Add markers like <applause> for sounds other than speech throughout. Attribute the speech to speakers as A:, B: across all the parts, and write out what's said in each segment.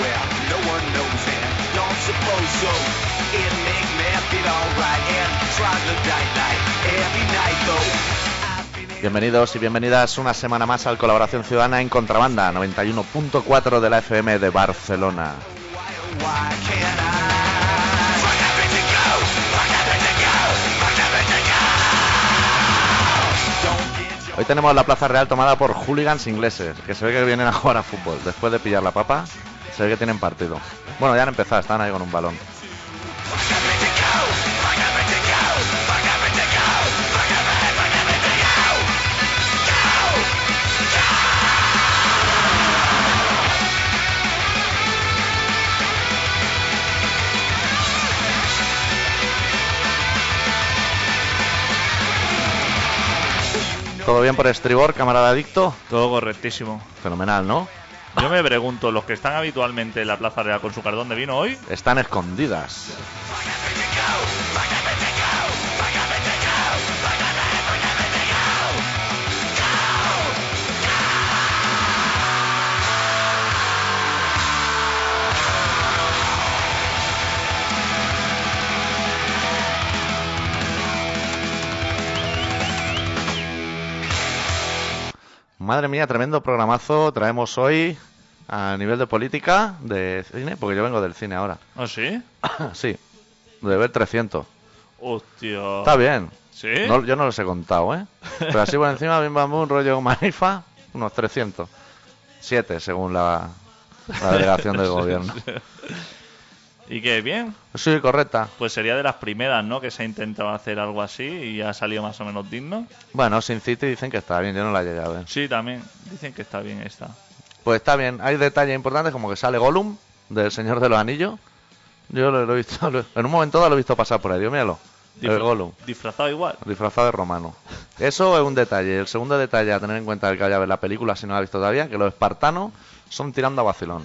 A: well, no one knows and don't suppose so. It make math it alright and troglodyte night every night though. I've been in-
B: Bienvenidos y bienvenidas una semana más al Colaboración Ciudadana en Contrabanda 91.4 de la FM de Barcelona.
A: Why, oh, why can't I? Fuck everything go, fuck everything go, fuck everything go. Don't get your
B: Hoy tenemos la Plaza Real tomada por hooligans ingleses, que se ve que vienen a jugar a fútbol. Después de pillar la papa, se ve que tienen partido. Bueno, ya han empezado, están ahí con un balón.
A: fuck everything go, fuck everything go, fuck everything go, fuck everything, fuck everything go.
B: ¿Todo bien por estribor, camarada adicto?
C: Todo correctísimo.
B: Fenomenal, ¿no?
C: Yo me pregunto, los que están habitualmente en la Plaza Real con su cardón de vino hoy,
B: Están escondidas. Madre mía, tremendo programazo traemos hoy a nivel de política, de cine, porque yo vengo del cine ahora.
C: ¿ah sí?
B: sí, de ver 300.
C: Hostia.
B: Está bien.
C: ¿Sí?
B: No- yo no los he contado, ¿eh? Pero así por encima, bim bam boom, rollo manifa, unos 300. Siete, según la, la delegación del gobierno.
C: ¿Y qué? ¿Bien?
B: Sí, correcta.
C: Pues sería de las primeras, ¿no? Que se ha intentado hacer algo así y ha salido más o menos digno.
B: Bueno, Sin City dicen que está bien, yo no la he llegado a ver.
C: Sí, también. Dicen que está bien esta.
B: Pues está bien, hay detalles importantes como que sale Gollum del Señor de los Anillos. Yo lo, lo he visto, lo- en un momento dado lo he visto pasar por ahí, digo, míralo. El
C: Disfra-
B: Gollum.
C: Disfrazado igual.
B: Disfrazado de romano. Eso es un detalle. El segundo detalle a tener en cuenta el que vaya a ver la película, si no la ha visto todavía, que los espartanos son tirando a vacilón.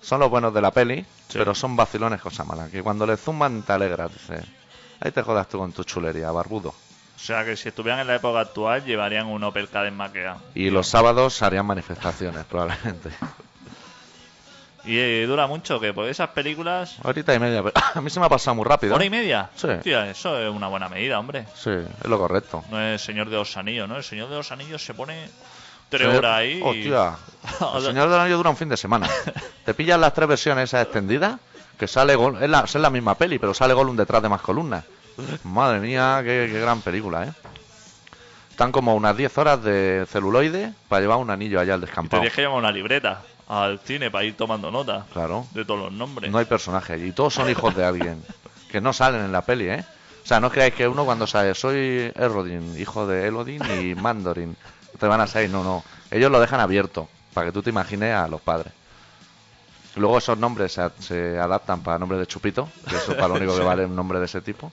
B: Son los buenos de la peli,
C: Sí.
B: pero son vacilones cosa mala. Que cuando le zumban te alegras, dices. Ahí te jodas tú con tu chulería, barbudo.
C: O sea que si estuvieran en la época actual llevarían un Opel Kadett maqueado.
B: Y los sábados harían manifestaciones, <laughs> probablemente.
C: Y eh, dura mucho, que pues esas películas...
B: Horita y media, pero <laughs> a mí se me ha pasado muy rápido.
C: ¿Hora y media?
B: Sí.
C: Hostia, eso es una buena medida, hombre.
B: Sí, es lo correcto.
C: No es el señor de los anillos, ¿no? El señor de los anillos se pone tres
B: Señor-
C: horas ahí. y-
B: Eh,
C: <laughs>
B: Hostia.
C: O
B: El
C: sea,
B: Señor del Anillo dura un fin de semana. Te pillan las tres versiones esas extendidas, que sale Gol- es la, es la misma peli, pero sale Gollum detrás de más columnas. Madre mía, qué, qué gran película, ¿eh? Están como unas 10 horas de celuloide para llevar un anillo allá al
C: y
B: descampado.
C: Tenías que llevar una libreta al cine para ir tomando nota
B: Claro.
C: de todos los nombres.
B: No hay personaje allí. Todos son hijos de alguien. Que no salen en la peli, ¿eh? O sea, no creáis que uno cuando sale, soy Erodin, hijo de Elodin y Mandorin. Te van a salir, no, no. Ellos lo dejan abierto, para que tú te imagines a los padres. Luego esos nombres se, a- se adaptan para nombres de chupito, que eso para lo único que vale un nombre de ese tipo.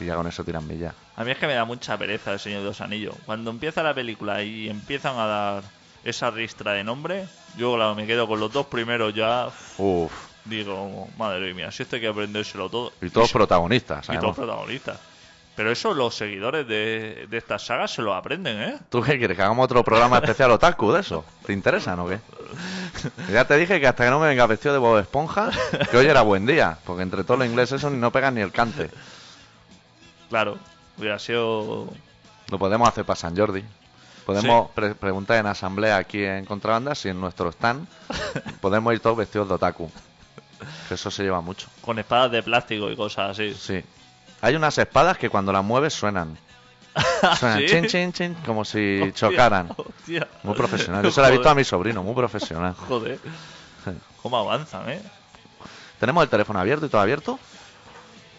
B: Y ya con eso tiran milla.
C: A mí es que me da mucha pereza el señor de los anillos. Cuando empieza la película y empiezan a dar esa ristra de nombres, yo claro, me quedo con los dos primeros ya.
B: Uf,
C: Digo, madre mía, si esto hay que aprendérselo todo.
B: y todos
C: se-
B: protagonistas,
C: y
B: además.
C: todos protagonistas. Pero eso los seguidores de, de estas sagas se lo aprenden, ¿eh?
B: ¿Tú qué quieres? ¿Que hagamos otro programa especial otaku de eso? ¿Te interesa o qué? Ya te dije que hasta que no me venga vestido de Bob Esponja, que hoy era buen día, porque entre todos los ingleses eso no pegan ni el cante.
C: Claro, hubiera sido
B: Lo podemos hacer para San Jordi. Podemos pre- preguntar en asamblea aquí en Contrabanda si en nuestro stand podemos ir todos vestidos de otaku. Que eso se lleva mucho.
C: con espadas de plástico y
B: <laughs>
C: cosas así.
B: Sí. Hay unas espadas que cuando las mueves suenan. Suenan
C: ¿Ah, ¿Sí?
B: chin, chin, chin, como si
C: Hostia,
B: chocaran.
C: hostia.
B: Muy profesional. Yo se la he visto a
C: Joder,
B: mi sobrino, muy profesional.
C: <laughs> Joder. ¿Cómo avanzan, eh?
B: ¿Tenemos el teléfono abierto y todo abierto?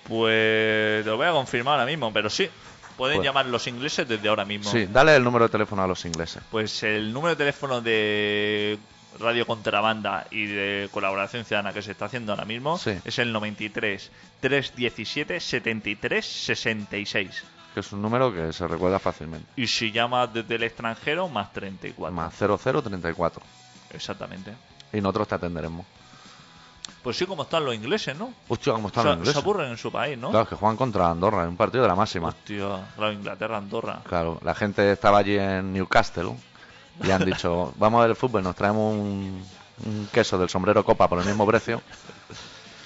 C: Pues lo voy a confirmar ahora mismo, pero sí. Pueden
B: Pues-
C: llamar los ingleses desde ahora mismo.
B: Sí, dale el número de teléfono a los ingleses.
C: Pues el número de teléfono de Radio Contrabanda y de Colaboración Ciudadana que se está haciendo ahora mismo
B: Sí.
C: es el 93 317 73 66.
B: Que es un número que se recuerda fácilmente.
C: Y si llamas desde el extranjero, más 34.
B: Más 0034.
C: Exactamente.
B: Y nosotros te atenderemos.
C: Pues sí, como están los ingleses, ¿no?
B: Hostia, ¿cómo
C: Se-
B: están los
C: se,
B: ingleses?
C: aburren en su país, ¿no?
B: Claro, que juegan contra Andorra, en un partido de la máxima.
C: Hostia, claro, Inglaterra, Andorra.
B: Claro, la <laughs> gente estaba allí en Newcastle y han dicho, vamos a ver el fútbol, nos traemos un, un queso del sombrero copa por el mismo precio.
C: <laughs>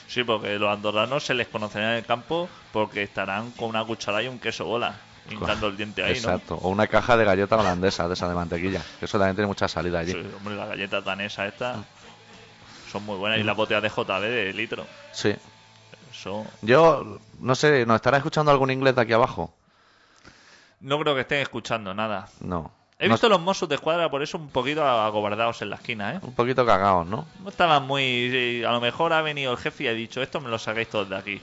C: Sí, porque los andorranos se les conocerá en el campo porque estarán con una cuchara y un queso bola, hincando el diente ahí,
B: Exacto. O una caja de galleta holandesa, de esa de mantequilla. Que eso también tiene mucha salida
C: ¿no?
B: allí.
C: Sí, hombre, las galletas danesas
B: Ah.
C: estas son muy buenas. Y las botellas de JB de litro.
B: Sí.
C: Eso...
B: Yo, no sé, ¿nos estará escuchando algún inglés de aquí abajo?
C: No creo que estén escuchando nada.
B: No.
C: He
B: No-
C: visto los mozos de escuadra por eso un poquito acobardados en la esquina, ¿eh?
B: Un poquito cagados, ¿no?
C: No estaban muy... sí, A lo mejor ha venido el jefe y ha dicho, esto me lo sacáis todos de aquí.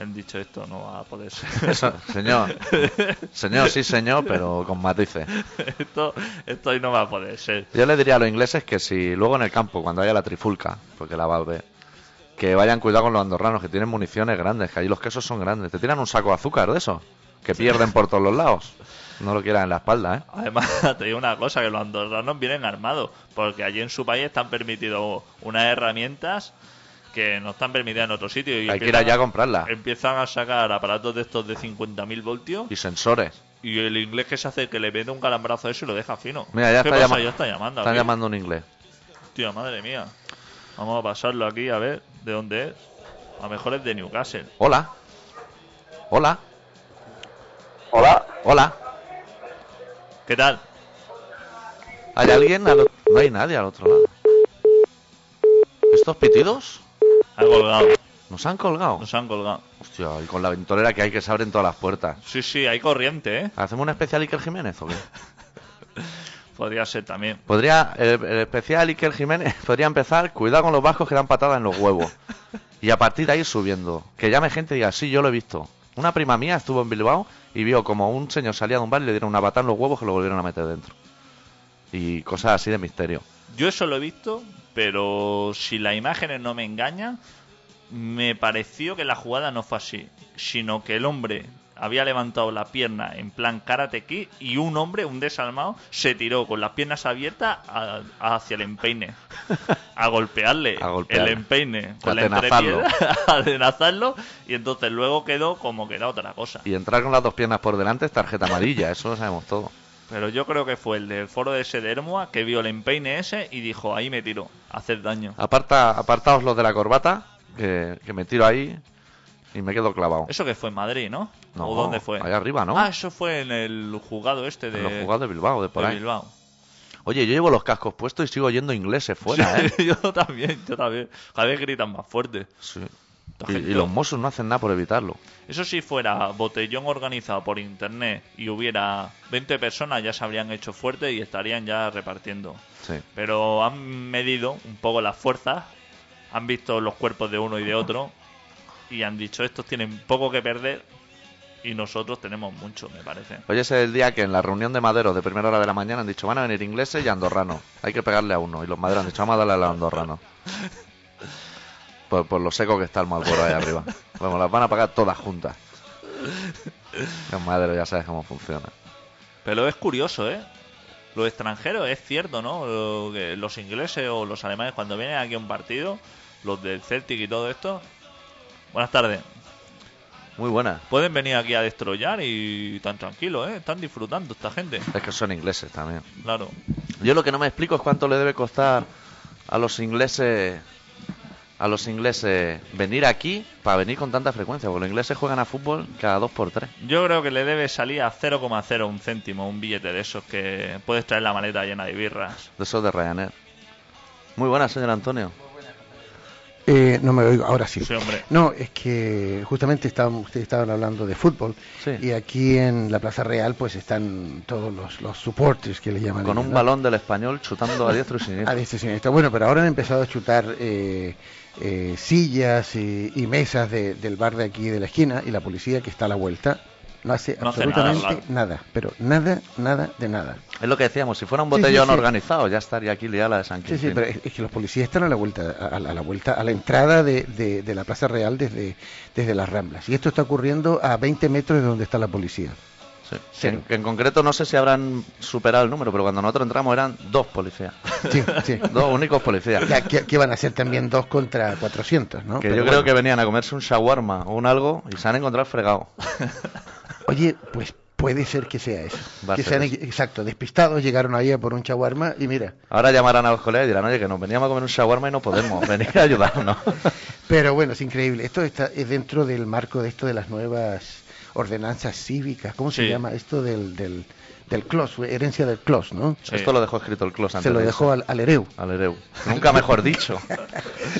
C: Han dicho, esto no va a poder ser.
B: Eso, señor. Señor, sí, señor, pero con matices.
C: <laughs> esto, esto ahí no va a poder ser.
B: Yo le diría a los ingleses que si luego en el campo, cuando haya la trifulca, porque la va a ver, que vayan cuidado con los andorranos, que tienen municiones grandes, que allí los quesos son grandes. Te tiran un saco de azúcar de eso, que pierden por todos los lados. No lo quieran en la espalda, ¿eh?
C: Además, <laughs> te digo una cosa, que los andorranos vienen armados, porque allí en su país están permitidos unas herramientas que no están permitidas en otro sitio. Y
B: Hay que ir
C: empiezan
B: allá a
C: a-
B: comprarla.
C: Empiezan a sacar aparatos de estos de 50.000 voltios
B: Y sensores.
C: y el inglés que se hace que le vende un calambrazo a eso y lo deja fino.
B: Mira, ya
C: ¿Qué
B: está,
C: pasa?
B: llama-
C: Ya está llamando.
B: Están
C: aquí.
B: llamando un inglés.
C: Hostia, madre mía. Vamos a pasarlo aquí a ver de dónde es. A lo mejor es de Newcastle.
B: Hola. Hola.
D: Hola,
B: Hola.
C: ¿Qué tal?
B: ¿Hay alguien? al o- No hay nadie al otro lado. ¿Estos pitidos?
C: Ha colgado.
B: Nos han colgado.
C: Nos han colgado.
B: Hostia, y con la ventolera que hay que se abren todas las puertas.
C: Sí, sí, hay corriente, ¿eh?
B: ¿Hacemos un especial Iker Jiménez o qué?
C: Podría ser también.
B: Podría, el, el especial Iker Jiménez <laughs> podría empezar, cuidado con los vascos que dan patadas en los huevos. Y a partir de ahí subiendo. Que llame gente y diga, sí, yo lo he visto. Una prima mía estuvo en Bilbao y vio como un señor salía de un bar y le dieron una patada en los huevos que lo volvieron a meter dentro. Y cosas así de misterio.
C: Yo eso lo he visto, pero si las imágenes no me engañan, me pareció que la jugada no fue así, sino que el hombre había levantado la pierna en plan karate kid y un hombre, un desalmado, se tiró con las piernas abiertas a- hacia el empeine, a golpearle,
B: <laughs> A golpearle.
C: el empeine,
B: A
C: con la
B: atenazarlo.
C: entrepierna, <laughs> a atenazarlo, y entonces luego quedó como que era otra cosa.
B: Y entrar con las dos piernas por delante es tarjeta amarilla, eso lo sabemos todo.
C: Pero yo creo que fue el del foro de ese de Hermoa que vio el empeine ese y dijo, ahí me tiro, a hacer daño.
B: Aparta, apartaos los de la corbata, que, que me tiro ahí y me quedo clavado.
C: Eso que fue en Madrid, ¿no?
B: No,
C: ¿O dónde fue?
B: allá arriba, ¿no?
C: Ah, eso fue en el jugado este de,
B: En los jugados de Bilbao, de por
C: de
B: ahí.
C: Bilbao.
B: Oye, yo llevo los cascos puestos y sigo oyendo ingleses fuera,
C: <laughs>
B: ¿eh?
C: yo también, yo también. Cada vez gritan más fuerte.
B: Sí.
C: Esta
B: Y,
C: gente-
B: y los Mossos no hacen nada por evitarlo.
C: Eso si fuera botellón organizado por internet y hubiera 20 personas ya se habrían hecho fuerte y estarían ya repartiendo.
B: Sí.
C: Pero han medido un poco las fuerzas, han visto los cuerpos de uno y de otro y han dicho estos tienen poco que perder y nosotros tenemos mucho, me parece.
B: Hoy es el día que en la reunión de maderos de primera hora de la mañana han dicho van a venir ingleses y andorranos. Hay que pegarle a uno. Y los maderos han dicho vamos a darle a los
C: <laughs>
B: andorranos. Por, por lo seco que está el Malboro ahí arriba. Vamos, las van a pagar todas juntas. Los maderos ya sabes cómo funciona.
C: Pero es curioso, ¿eh? Los extranjeros, es cierto, ¿no? Lo que Los ingleses o los alemanes, cuando vienen aquí a un partido, los del Celtic y todo esto. Buenas tardes.
B: Muy buena.
C: Pueden venir aquí a destrollar y tan tranquilos, ¿eh? Están disfrutando esta gente.
B: Es que son ingleses también.
C: Claro.
B: Yo lo que no me explico es cuánto le debe costar a los ingleses a los ingleses venir aquí para venir con tanta frecuencia, porque los ingleses juegan a fútbol cada dos por tres.
C: Yo creo que le debe salir a 0,0 un céntimo un billete de esos que puedes traer la maleta llena de birras.
B: De esos de Ryanair. Muy buena, señor Antonio.
E: Eh, no me oigo, ahora sí.
C: Sí, hombre.
E: No, es que justamente estaban, ustedes estaban hablando de fútbol
B: Sí.
E: y aquí en la Plaza Real pues están todos los, los supporters que le llaman.
B: Con
E: ellos,
B: un
E: ¿no? Ah,
B: balón del español chutando a diestro y siniestro.
E: A veces en esto. Bueno, pero ahora han empezado a chutar eh, eh, sillas y, y mesas de- del bar de aquí de la esquina y la policía que está a la vuelta no hace
C: No hace nada,
E: absolutamente
C: claro.
E: nada, pero nada, nada de nada.
B: Es lo que decíamos, si fuera un
E: Sí, sí,
B: botellón
E: sí.
B: organizado ya estaría aquí liada la de San
E: Sí,
B: Quintín.
E: sí, pero es, es que los policías están a la vuelta, a, a la a la vuelta, a la entrada de, de- de la Plaza Real desde, desde las Ramblas. Y esto está ocurriendo a 20 metros de donde está la policía.
B: Sí.
E: sí.
B: En, en concreto no sé si habrán superado el número, pero cuando nosotros entramos eran dos policías.
E: Sí,
B: <laughs>
E: sí.
B: Dos únicos
E: <laughs>
B: policías.
E: Ya, ¿qué, qué van a hacer también dos contra 400, no?
B: Que
E: Pero
B: yo creo
E: bueno.
B: que venían a comerse un shawarma o un algo y se han encontrado fregado.
E: Oye, pues Puede ser que sea eso.
B: Va a
E: Que
B: ser
E: sean,
B: eso.
E: exacto, despistados, llegaron ahí a por un chaguarma y mira.
B: Ahora llamarán a los colegas y dirán, oye, que nos veníamos a comer un shawarma y no podemos, venid a ayudarnos.
E: <laughs> Pero bueno, es increíble. Esto está, es dentro del marco de esto de las nuevas ordenanzas cívicas. ¿Cómo se
C: Sí.
E: llama esto del, del, del CLOS? Herencia del CLOS, ¿no?
C: Sí.
B: Esto lo dejó escrito el Clos antes.
E: Se lo
B: de
E: dejó al, al Ereu.
B: irse. al Ereu. Nunca mejor dicho.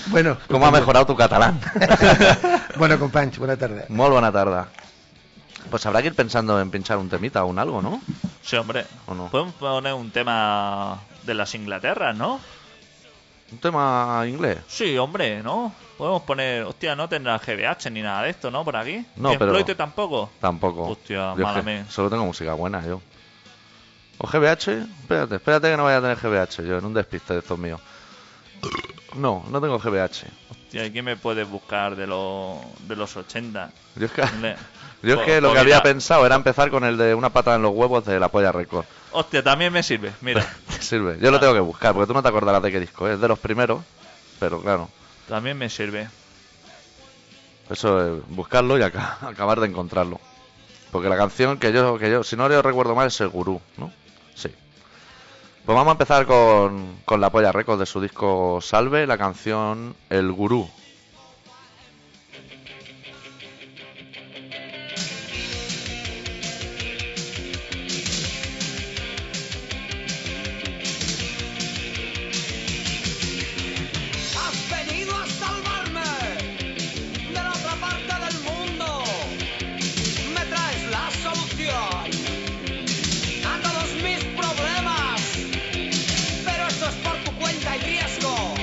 E: Bueno,
B: ¿Cómo ha mejorado tu catalán?
E: <laughs> bueno, companche, buena tarde.
B: Muy buena tarde. Pues habrá que ir pensando en pinchar un temita o un algo, ¿no?
C: Sí, hombre.
B: ¿O no?
E: Pues-
C: Podemos poner un tema de las Inglaterras, ¿no?
B: Un tema inglés.
C: Sí, hombre, ¿no? Podemos poner. Hostia, no tendrá GBH ni nada de esto, ¿no? Por aquí.
B: No,
C: ¿Y
B: pero-
C: Exploited tampoco.
B: Tampoco.
C: Hostia,
B: Yo es
C: mala
B: que
C: me.
B: Solo tengo música buena yo. ¿O GBH? Espérate, espérate que no vaya a tener GBH yo en un despiste de estos míos. No, no tengo GBH.
C: Hostia, ¿y quién me puedes buscar de, los de los 80?
B: Yo es que,
C: Le-
B: yo es que
C: Po-
B: lo que
C: poquita-
B: había pensado era empezar con el de una patada en los huevos de la polla récord.
C: Hostia, también me sirve.
B: <laughs>
C: Mira,
B: Te sirve. Yo lo tengo que buscar, porque tú no te acordarás de qué disco es. Es de los primeros, pero claro.
C: también me sirve.
B: Eso es buscarlo y aca- <laughs> acabar de encontrarlo. Porque la canción que yo, que yo si no yo recuerdo mal, es el Gurú, ¿no? Sí. Pues vamos a empezar con, con la polla récord de su disco Salve, la canción El Gurú.
A: Has venido a salvarme de la otra parte del mundo. Me traes la solución a todos mis problemas. Pero esto es por tu cuenta y riesgo.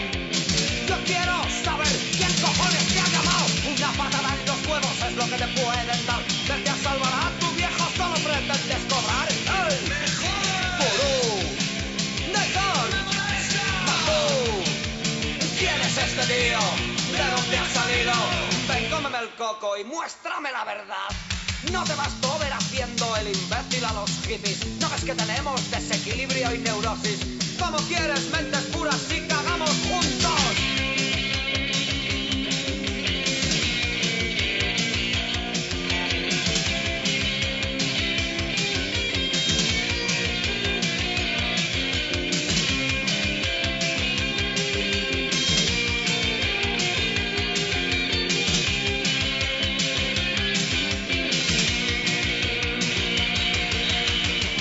A: Yo quiero saber quién cojones te ha llamado. Una patada en los huevos es lo que te pueden dar. Vete a salvar a tu viejo, solo pretendes cobrar. ¡El mejor! ¡Gurú! ¡Nathan! ¡Bakú! ¿Quién es este tío? ¿De dónde ha salido? Ven, cómeme el coco y muéstrame la verdad. No te vas a ver haciendo el imbécil a los hippies. No ves que tenemos desequilibrio y neurosis. Como quieres, mentes puras y cagamos juntos.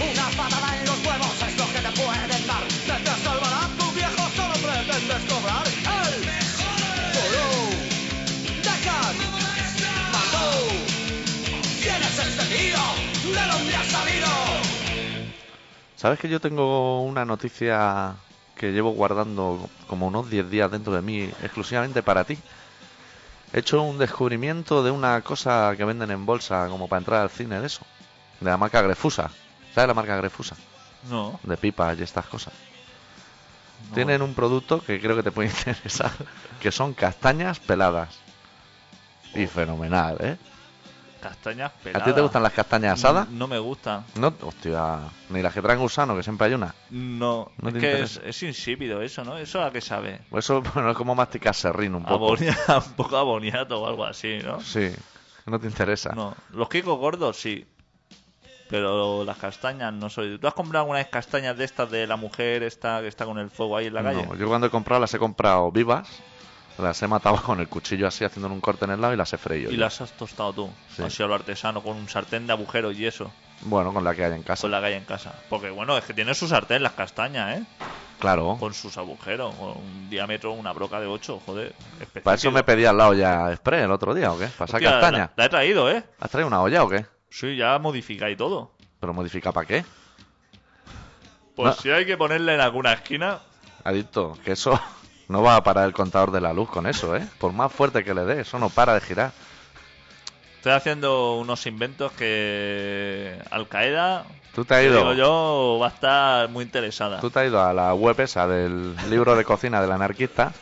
A: Una patada en los huevos es lo que te pueden dar. Vete a salvar a tu viejo, solo pretendes cobrar. El mejor. Gurú. Dejan. Matú. ¿Quién es este tío? ¿De dónde ha salido?
B: ¿Sabes que yo tengo una noticia que llevo guardando como unos 10 días dentro de mí, exclusivamente para ti? He hecho un descubrimiento de una cosa que venden en bolsa como para entrar al cine de eso. De la marca Grefusa. ¿Sabes la marca Grefusa?
C: No.
B: De pipas y estas cosas.
C: no.
B: Tienen un producto que creo que te puede <laughs> interesar, que son castañas peladas. Y fenomenal, ¿eh?
C: Castañas
B: ¿A
C: peladas. Mm.
B: ti te gustan las castañas asadas?
C: No, me gustan.
B: No, hostia, ni las que traen gusano, que siempre hay una.
C: No.
B: No
C: es
B: te
C: que es,
B: interesa.
C: es insípido eso, ¿no? Eso a qué sabe.
B: Eso <laughs> bueno, es como masticar serrín un poco.
C: Abonia- <laughs> un poco aboniato o algo así, ¿no?
B: Sí, no te interesa.
C: No. Los quicos gordos sí. Pero las castañas no soy. ¿Tú has comprado alguna vez castañas de estas de la mujer esta que está con el fuego ahí en la calle?
B: No, yo cuando he comprado las he comprado vivas, las he matado con el cuchillo así, haciéndole un corte en el lado y las he freído.
C: y
B: yo.
C: las has tostado tú.
B: Sí.
C: Así a lo artesano con un sartén de agujeros y eso.
B: Bueno, con la que hay en casa.
C: Con la calle en casa. Porque bueno, es que tiene su sartén las castañas, ¿eh?
B: Claro.
C: Con sus agujeros. Con un diámetro, una broca de 8, joder. específico.
B: Para eso me pedía la olla express el otro día, ¿o qué? Para sacar
C: Hostia,
B: castaña.
C: La, la he traído, ¿eh?
B: ¿Has traído una olla o qué?
C: Sí, ya modificada y todo.
B: ¿Pero modifica para qué?
C: Pues
B: No.
C: si hay que ponerle en alguna esquina,
B: Adicto, que eso <laughs> no va a parar el contador de la luz con eso, ¿eh? Por más fuerte que le dé, eso no para de girar.
C: Estoy haciendo unos inventos que Al Qaeda,
B: Tú te has
C: te digo
B: ido,
C: yo, va a estar muy interesada.
B: tú te has ido a la web esa del libro de cocina del anarquista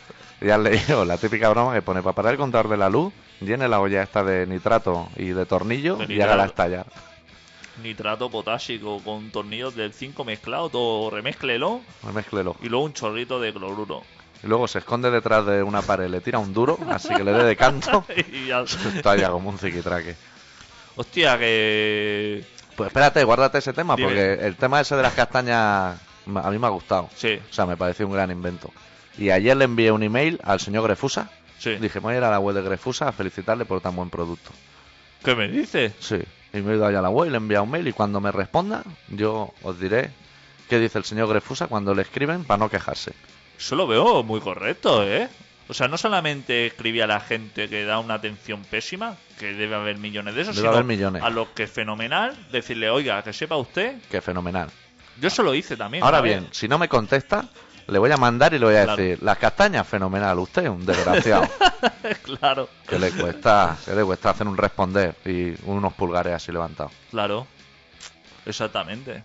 B: y has leído la típica broma que pone para parar el contador de la luz, llene la olla esta de nitrato y de tornillo
C: De
B: y haga la
C: nitrato.
B: estalla.
C: Nitrato potásico con tornillos del 5 mezclado, todo remezclelo
B: Mezclelo.
C: y luego un chorrito de cloruro.
B: Y luego se esconde detrás de una pared, le tira un duro, así que le dé de canto. <laughs>
C: <laughs> Y ya-
B: Estalla como un ziquitraque.
C: Hostia, que
B: Pues espérate, guárdate ese tema,
C: Dime.
B: porque el tema ese de las castañas ma- a mí me ha gustado.
C: Sí,
B: O sea, me pareció un gran invento. Y ayer le envié un email al señor Grefusa.
C: sí.
B: Dije, me voy a ir a la web de Grefusa a felicitarle por tan buen producto.
C: ¿Qué me dices?
B: Sí. Y me he ido allá a la web, le he enviado un mail y cuando me responda, yo os diré qué dice el señor Grefusa cuando le escriben para no quejarse.
C: Eso lo veo muy correcto, ¿eh? O sea, no solamente escribí a la gente que da una atención pésima, que debe haber millones de esos,
B: Debe
C: sino
B: haber millones.
C: a los que fenomenal, decirle, oiga, que sepa usted.
B: Qué fenomenal.
C: Yo eso lo hice también.
B: Ahora
C: una
B: bien,
C: vez.
B: si no me contesta, le voy a mandar y le voy a
C: Claro.
B: decir, las castañas, fenomenal, usted es un
C: <laughs>
B: desgraciado.
C: <laughs> claro,
B: que le cuesta, que le cuesta hacer un responder y unos pulgares así levantados.
C: claro. Exactamente.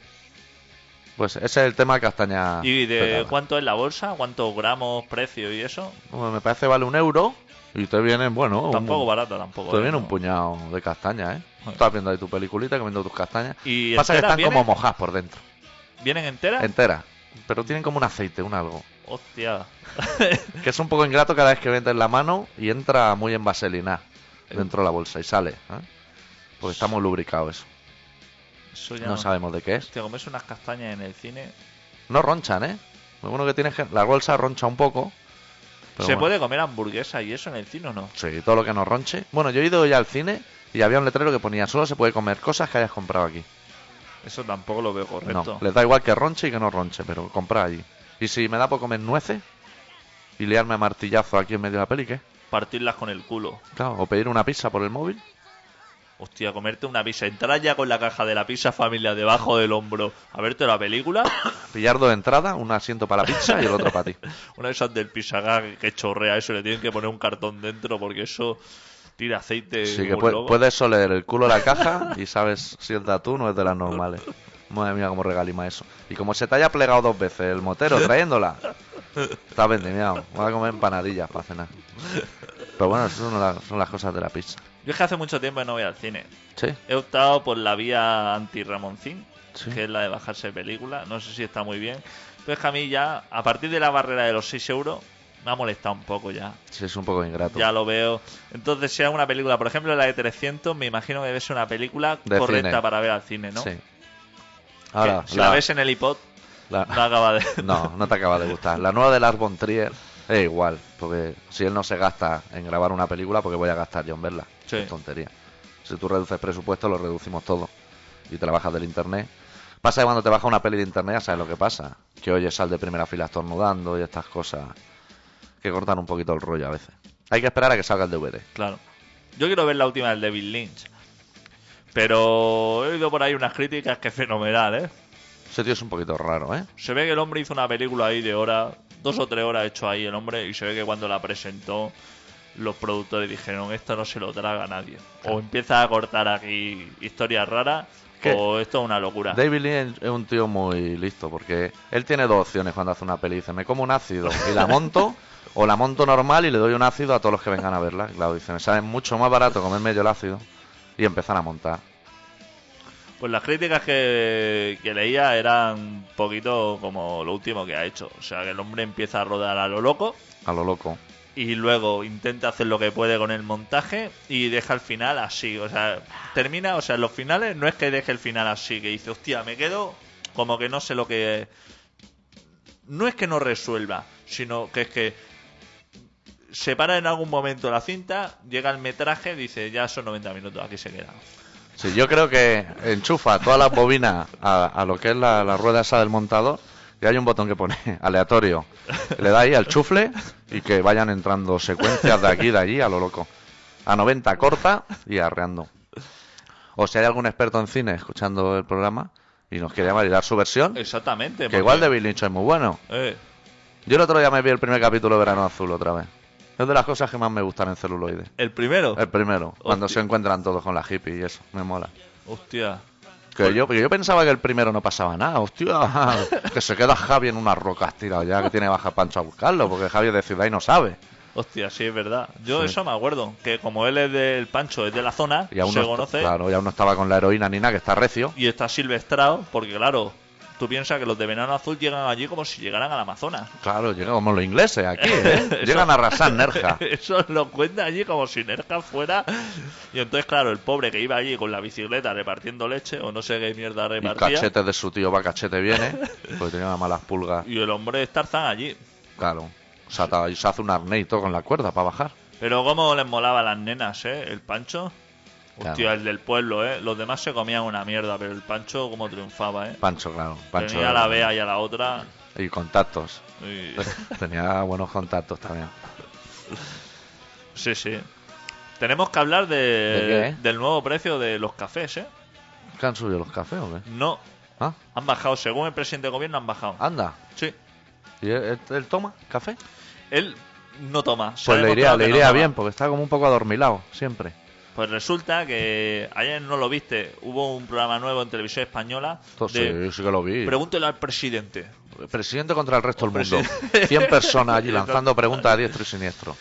B: Pues ese es el tema castaña.
C: ¿Y de
B: petada.
C: cuánto es la bolsa? ¿Cuántos gramos, precio y eso?
B: Bueno, Pues me parece vale un euro y te vienen, bueno, Oh, un-
C: Tampoco barata, tampoco.
B: te
C: ¿eh?
B: viene
C: No.
B: un puñado de castañas, ¿eh?
C: Joder.
B: Estás viendo ahí tu peliculita, comiendo tus castañas.
C: ¿Y
B: Pasa que
C: enteras
B: están como
C: vienen?
B: mojadas por dentro,
C: ¿Vienen enteras?
B: enteras. Pero tienen como un aceite, un algo. <laughs>
C: Hostia.
B: Que es un poco ingrato cada vez que metes la mano y entra muy en vaselina dentro de la bolsa y sale. ¿eh? Porque está muy lubricado eso.
C: Eso Pues ya
B: No sabemos de qué es.
C: Hostia, comerse unas castañas en el cine.
B: No ronchan, ¿eh? Lo bueno que tiene es que la bolsa roncha un poco. pero
C: ¿Se
B: bueno.
C: puede comer hamburguesa y eso en el cine o no?
B: Sí, todo lo que nos ronche. Bueno, yo he ido ya al cine y había un letrero que ponía solo se puede comer cosas que hayas comprado aquí.
C: Eso tampoco lo veo
B: No,
C: correcto.
B: les da igual que ronche y que no ronche, pero comprar allí. Y si me da por comer nueces y liarme a martillazo aquí en medio de la peli, ¿qué?
C: Partirlas con el culo.
B: Claro, o pedir una pizza por el móvil.
C: Hostia, comerte una pizza. Entrar ya con la caja de la pizza familia debajo del hombro a verte la
B: <coughs>
C: película.
B: Pillar dos entradas, un asiento para la pizza y el otro para
C: <laughs>
B: ti.
C: Una de esas del pizzaga que chorrea eso. Le tienen que poner un cartón dentro porque eso tira aceite.
B: Sí,
C: Eh, como
B: que
C: un
B: pue-
C: loco.
B: puedes soler el culo de la caja y sabes si es de atún o es de las
C: <laughs>
B: normales. Madre mía, cómo regalima eso. Y como se te haya plegado dos veces el motero trayéndola, está vendimiado. Voy a comer empanadillas para cenar. Pero bueno, eso son, las- son las cosas de la pizza.
C: Yo es que hace mucho tiempo que no voy al cine.
B: Sí,
C: He optado por la vía anti-Ramoncín,
B: Sí.
C: que es la de bajarse película. No sé si está muy bien. Pero es que a mí ya, a partir de la barrera de los 6 euros, me ha molestado un poco ya.
B: sí, es un poco ingrato.
C: Ya lo veo. Entonces, si hay una película, por ejemplo, la de 300, me imagino que debe ser una película
B: De
C: correcta
B: cine.
C: para ver al cine, ¿no?
B: Sí.
C: Que
B: Ahora,
C: si la... ves en el iPod,
B: la-
C: no acaba de...
B: <laughs> No, no te acaba de gustar. La nueva de Lars von Trier es igual, porque si él no se gasta en grabar una película, porque voy a gastar yo en verla.
C: Sí.
B: Es tontería. Si tú reduces presupuesto, lo reducimos todo. Y te la bajas del internet. Pasa que cuando te baja una peli de internet, ya sabes lo que pasa. Que oyes sal de primera fila estornudando y estas cosas que cortan un poquito el rollo a veces. Hay que esperar a que salga el DVD.
C: Claro. Yo quiero ver la última del David Lynch. Pero he oído por ahí unas críticas que es fenomenal, ¿eh?
B: Ese tío es un poquito raro, ¿eh?
C: Se ve que el hombre hizo una película ahí de hora, dos o tres horas hecho ahí el hombre, y se ve que cuando la presentó, los productores dijeron: Esto no se lo traga nadie. O empieza a cortar aquí historias raras,
B: ¿Qué?
C: o esto es una locura.
B: David Lynch es un tío muy listo porque él tiene dos opciones cuando hace una peli. Dice, me como un ácido y la monto o la monto normal y le doy un ácido a todos los que vengan a verla. Y Claro, dice, me sale mucho más barato comerme yo el ácido y empezar a montar.
C: Pues las críticas que, que leía eran un poquito como lo último que ha hecho. O sea, que el hombre empieza a rodar a lo loco
B: A lo loco.
C: y luego intenta hacer lo que puede con el montaje y deja el final así. O sea, termina, o sea, los finales no es que deje el final así, que dice, hostia, me quedo como que no sé lo que... No es que no resuelva, sino que es que se para en algún momento la cinta, llega el metraje, dice, ya son 90 minutos, aquí se queda.
B: Sí, yo creo que enchufa todas las bobinas a, a lo que es la, la rueda esa del montador y hay un botón que pone <laughs> aleatorio. Le da ahí al chufle y que vayan entrando secuencias de aquí y de allí a lo loco. A 90 corta y arreando. O si hay algún experto en cine escuchando el programa y nos quiere llamar y dar su versión,
C: Exactamente.
B: que igual
C: Eh, porque-
B: David Lynch es muy bueno.
C: Eh,
B: Yo el otro día me vi el primer capítulo de Verano Azul otra vez. Es de las cosas que más me gustan en celuloide.
C: el primero.
B: El primero, cuando
C: Hostia.
B: se encuentran todos con la hippie y eso, me mola.
C: Hostia. Pues-
B: Que yo, que yo pensaba que el primero no pasaba nada, hostia. <laughs> Que se queda Javi en unas rocas tirado ya, que tiene que bajar Pancho a buscarlo, porque Javi es de ciudad y no sabe.
C: Hostia, sí, es verdad. Yo
B: Sí.
C: eso me acuerdo. Que como él es del Pancho, es de la zona,
B: Y aún
C: se
B: no est-
C: conoce.
B: claro, y aún no estaba con la heroína ni nada, que está recio.
C: Y está silvestrado, porque claro, Tú piensas que los de Venano Azul llegan allí como si llegaran al Amazonas.
B: Claro, llegamos los ingleses aquí,
C: <laughs>
B: ¿eh? Llegan a arrasar Nerja.
C: Eso lo cuenta allí como si Nerja fuera. Y entonces, claro, el pobre que iba allí con la bicicleta repartiendo leche o no sé qué mierda
B: Y
C: repartía.
B: cachete de su tío va cachete viene, porque tenía unas malas pulgas.
C: Y, el hombre es Tarzán allí.
B: Claro. Se, ata- y se hace un arnés y todo con la cuerda para bajar.
C: Pero cómo les molaba a las nenas, ¿eh? El Pancho.
B: Claro.
C: Hostia, el del pueblo, ¿eh? Los demás se comían una mierda, pero el Pancho cómo triunfaba, ¿eh?
B: Pancho, claro. Pancho.
C: Tenía a la Bea y a la otra.
B: Y contactos. <laughs>
C: y-
B: Tenía buenos contactos también.
C: Sí, sí. Tenemos que hablar de,
B: ¿De qué? eh?
C: del nuevo precio de los cafés, ¿eh?
B: ¿Qué han subido los cafés o qué?
C: No,
B: Ah,
C: han bajado. Según el presidente de gobierno, han bajado.
B: anda.
C: Sí.
B: ¿Y él, él- él toma café?
C: Él no toma. se ha
B: Pues le iría,
C: demostrado
B: le
C: que no
B: iría
C: toma.
B: bien, porque está como un poco adormilado, siempre.
C: Pues resulta que ayer no lo viste. Hubo un programa nuevo en televisión española.
B: Entonces,
C: de
B: sí, Pues sí que lo vi.
C: Pregúntelo al presidente.
B: Presidente contra el resto del mundo.
C: Presidente.
B: 100 personas <laughs> allí lanzando preguntas a diestro y siniestro.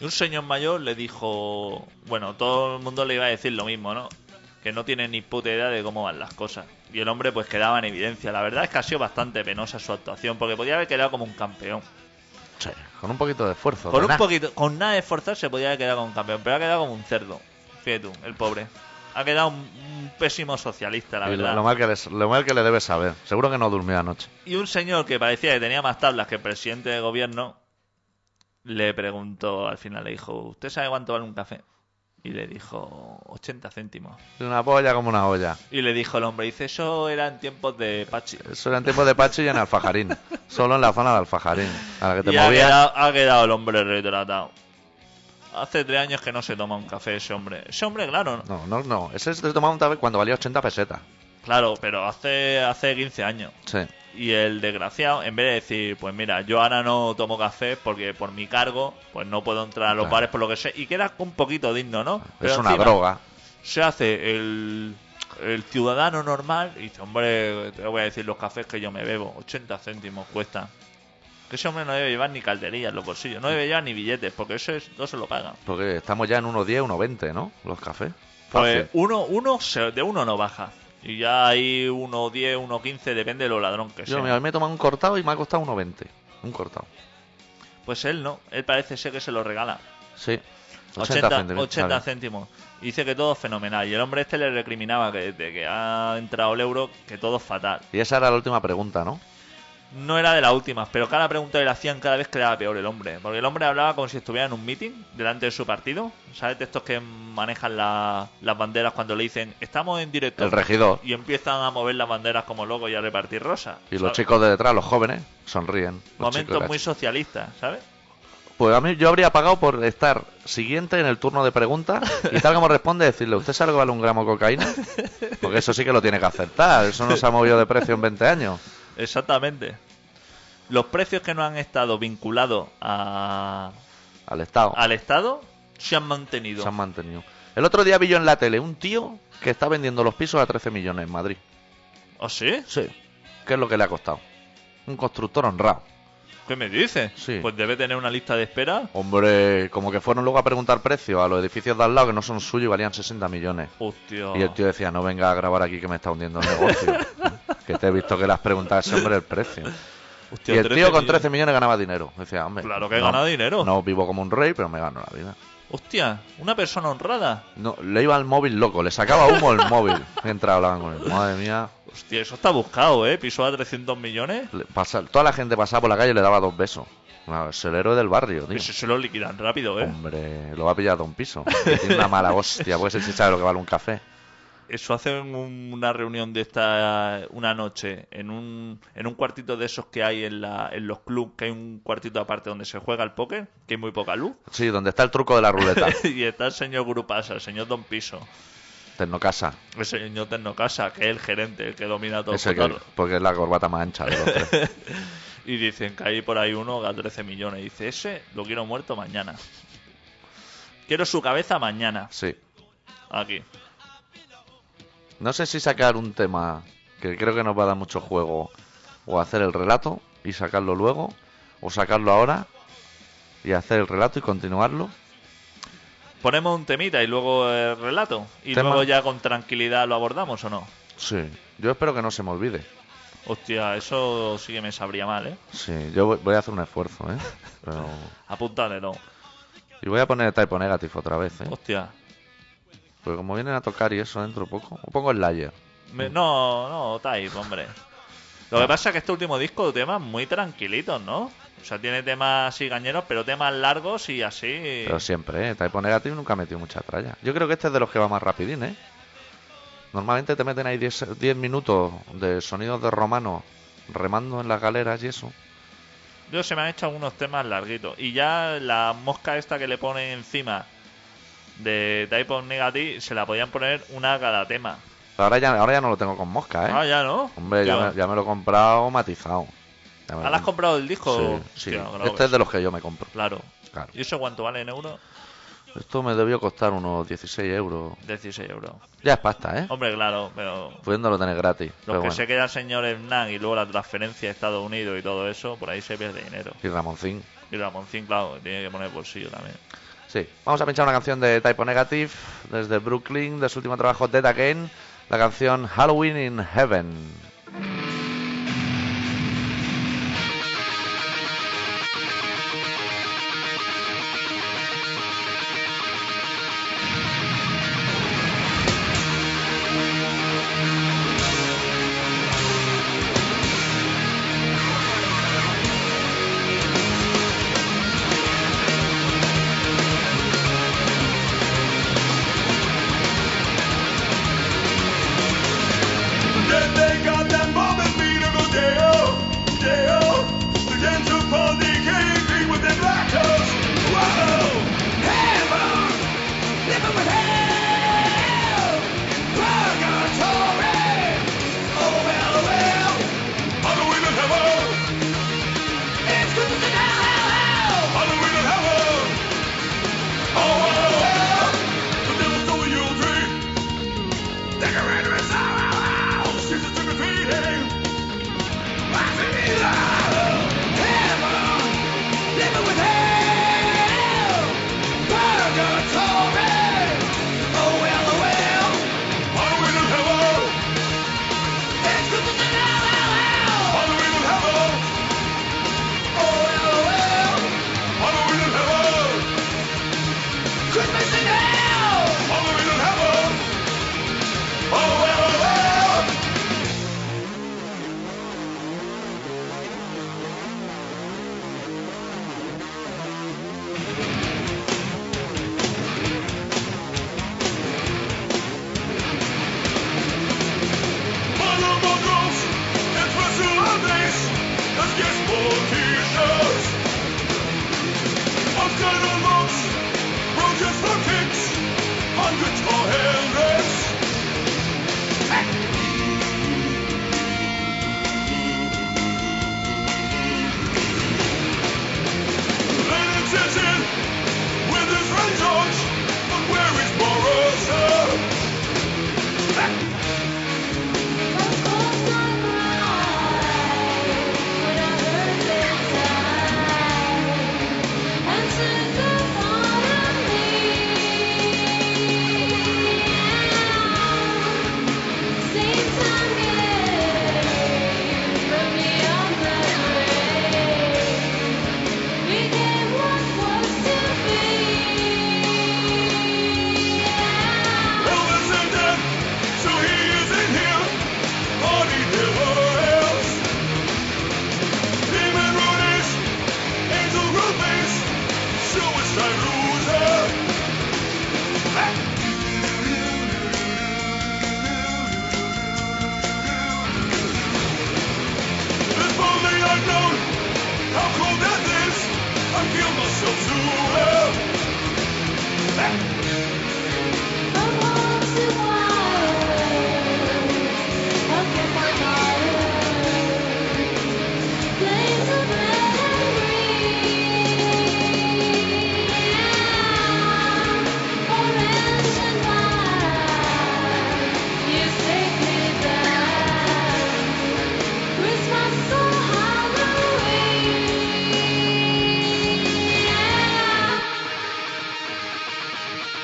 C: Y un señor mayor le dijo, bueno, todo el mundo le iba a decir lo mismo, ¿no? Que no tiene ni puta idea de cómo van las cosas. Y el hombre pues quedaba en evidencia. La verdad es que ha sido bastante penosa su actuación, porque podía haber quedado como un campeón.
B: Sí, con un poquito de esfuerzo.
C: Con
B: de
C: un
B: nada.
C: poquito, con nada de esforzarse podía haber quedado como un campeón, pero ha quedado como un cerdo. Fíjate tú, el pobre. Ha quedado un, un pésimo socialista, la
B: Y
C: verdad.
B: lo, lo mal que les- lo mal que le debes saber. Seguro que no durmió anoche.
C: Y un señor que parecía que tenía más tablas que el presidente de gobierno le preguntó al final, le dijo, ¿usted sabe cuánto vale un café? Y le dijo, 80 céntimos.
B: Una polla como una olla.
C: Y le dijo el hombre, dice, eso era en tiempos de Pachi.
B: Eso era en tiempo de Pacho y en <laughs> Alfajarín. Solo en la zona de Alfajarín. A la que te
C: Y ha
B: movías.
C: quedado, ha quedado el hombre retratado. Hace tres años que no se toma un café ese hombre. Ese hombre, claro,
B: No,
C: no-
B: no, no. Ese se tomaba un café cuando valía 80 pesetas.
C: claro, pero hace, hace 15 años.
B: Sí.
C: Y el desgraciado, en vez de decir, pues mira, yo ahora no tomo café porque por mi cargo, pues no puedo entrar a los
B: Claro.
C: bares por lo que sé. Y queda un poquito digno, ¿no? Pero
B: es una
C: encima
B: droga.
C: Se hace el, el ciudadano normal y dice, hombre, te voy a decir los cafés que yo me bebo. 80 céntimos cuesta. Que ese hombre no debe llevar ni calderillas en los bolsillos, no debe llevar ni billetes, porque eso es, no se lo pagan.
B: Porque estamos ya en 1.10, 1.20, ¿no? Los cafés.
C: Pues
B: Fácil.
C: uno, uno se- de uno no baja. Y ya hay uno 10, uno 15, depende de lo ladrón que sea.
B: Yo mira, me he tomado un cortado y me ha costado 1.20. Un cortado.
C: Pues él no, él parece ser que se lo regala.
B: Sí.
C: 80, 80
B: céntimos,
C: céntimos.
B: vale.
C: Y Dice que todo fenomenal. Y el hombre este le recriminaba que desde que ha entrado el euro, que todo fatal.
B: Y esa era la última pregunta, ¿no?
C: No era de las últimas, pero cada pregunta que le hacían cada vez quedaba peor el hombre. Porque el hombre hablaba como si estuviera en un meeting delante de su partido. ¿Sabes? De estos que manejan la- las banderas cuando le dicen, estamos en directo.
B: El regidor.
C: Y empiezan a mover las banderas como locos y a repartir rosas.
B: Y los
C: ¿sabes?
B: chicos de detrás, los jóvenes, sonríen. Los chicos
C: Momentos
B: de
C: muy
B: la-
C: socialistas, ¿sabes?
B: Pues a mí yo habría pagado por estar siguiente en el turno de preguntas y tal como responde decirle, ¿usted sabe que vale un gramo de cocaína? Porque eso sí que lo tiene que aceptar, eso no se ha movido de precio en 20 años.
C: Exactamente. Los precios que no han estado vinculados a,
B: Al Estado
C: al Estado se han mantenido.
B: Oh. se han mantenido. El otro día vi yo en la tele un tío que está vendiendo los pisos a 13 millones en Madrid.
C: ¿Ah, sí?
B: Sí. ¿Qué es lo que le ha costado? Un constructor honrado.
C: ¿Qué me dices?
B: Sí.
C: Pues debe tener una lista de espera.
B: Hombre, como que fueron luego a preguntar precios a los edificios de al lado que no son suyos y valían 60 millones.
C: Hostia.
B: Y el tío decía, no venga a grabar aquí que me está hundiendo el negocio. que te he visto que le has preguntado a ese hombre el precio.
C: Hostia,
B: y el
C: 13
B: tío con
C: millones.
B: 13 millones ganaba dinero. Decía, hombre,
C: Claro que he ganado dinero.
B: No vivo como un rey, pero me gano la vida.
C: Hostia, una persona honrada.
B: No, le iba al móvil loco, le sacaba humo el móvil mientras hablaban con él. Madre mía.
C: Hostia, eso está buscado, ¿eh? Piso a 300 millones.
B: Le pasa- toda la gente pasaba por la calle y le daba dos besos. Claro, Es el héroe del barrio, tío.
C: Eso se lo liquidan rápido, ¿eh?
B: Hombre, lo va a pillar de un piso. que Tiene una mala hostia, pues ese sí sabe lo que vale un café.
C: Eso hacen un- una reunión de esta una noche en un, en un cuartito de esos que hay en, la, en los clubs, que hay un cuartito aparte donde se juega el póker, que hay muy poca luz.
B: Sí, donde está el truco de la
C: <laughs>
B: ruleta.
C: y está el señor Grupasa, el señor Don Piso,
B: Tecnocasa.
C: el señor Tecnocasa, que es el gerente, el que domina todo.
B: Ese que-
C: Claro.
B: porque es la corbata más ancha de los tres.
C: <laughs> Y dicen que hay por ahí uno que a 13 millones. Y dice, ese lo quiero muerto mañana. Quiero su cabeza mañana.
B: Sí.
C: Aquí.
B: No sé si sacar un tema que creo que nos va a dar mucho juego, o hacer el relato y sacarlo luego, o sacarlo ahora y hacer el relato y continuarlo.
C: Ponemos un temita y luego el relato. Y
B: Tema.
C: luego ya con tranquilidad lo abordamos o no.
B: Sí. Yo espero que no se me olvide.
C: Hostia, eso sí que me sabría mal, ¿eh?
B: Sí, yo voy- voy a hacer un
C: <laughs>
B: esfuerzo, ¿eh? Pero...
C: Apúntatelo.
B: Y voy a poner Typo Negative otra vez, ¿eh?
C: Hostia.
B: Porque como vienen a tocar y eso dentro poco, o pongo el layer.
C: Me-
B: Mm.
C: no, no, Type, hombre. Lo que pasa es que este último disco de temas muy tranquilitos, ¿no? O sea, tiene temas así gañeros, pero temas largos y así.
B: Pero siempre, ¿eh? Typo Negative nunca ha metido mucha tralla. Yo creo que este es de los que va más rapidín, ¿eh? Normalmente te meten ahí 10 10 minutos de sonidos de romano remando en las galeras y eso.
C: Yo se me han hecho algunos temas larguitos. Y ya la mosca esta que le ponen encima de Type of Negative se la podían poner una a cada tema.
B: Pero ahora ya, ahora ya no lo tengo con mosca, ¿eh?
C: Ah, ya no.
B: Hombre, ya
C: Tío,
B: me, ya me lo he comprado matizado. Ya me lo
C: ¿ahora has
B: comp-
C: comprado el disco?
B: Sí, sí.
C: Hostia, claro
B: este
C: que
B: es de los que yo me compro.
C: sí. Claro.
B: Claro.
C: ¿Y eso cuánto vale en euros?
B: Esto me debió costar unos 16 euros.
C: 16 euros.
B: Ya es pasta, ¿eh?
C: Hombre, claro, pero
B: Pudiéndolo tener gratis.
C: Los
B: pero
C: que
B: bueno.
C: se queda el señor Hernán y luego la transferencia a Estados Unidos y todo eso, por ahí se pierde dinero.
B: Y Ramoncín.
C: Y Ramoncín, claro, tiene que poner bolsillo también.
B: Sí. Vamos a pinchar una canción de Typo Negative desde Brooklyn, de su último trabajo Dead Again, la canción Halloween in Heaven.
F: Halloween.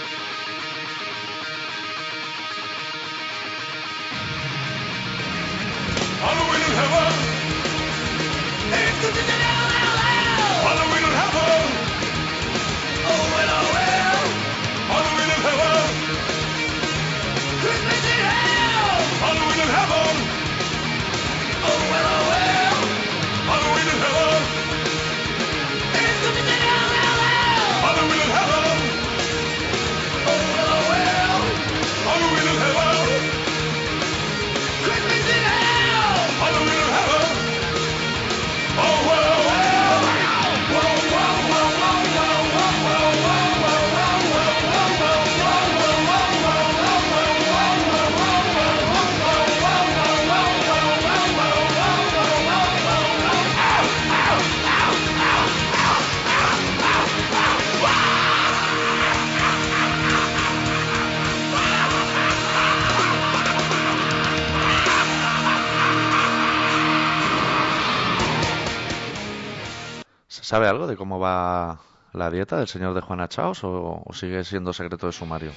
B: ¿Se sabe algo de cómo va la dieta del señor de Juana Chaos o, o sigue siendo secreto de sumario?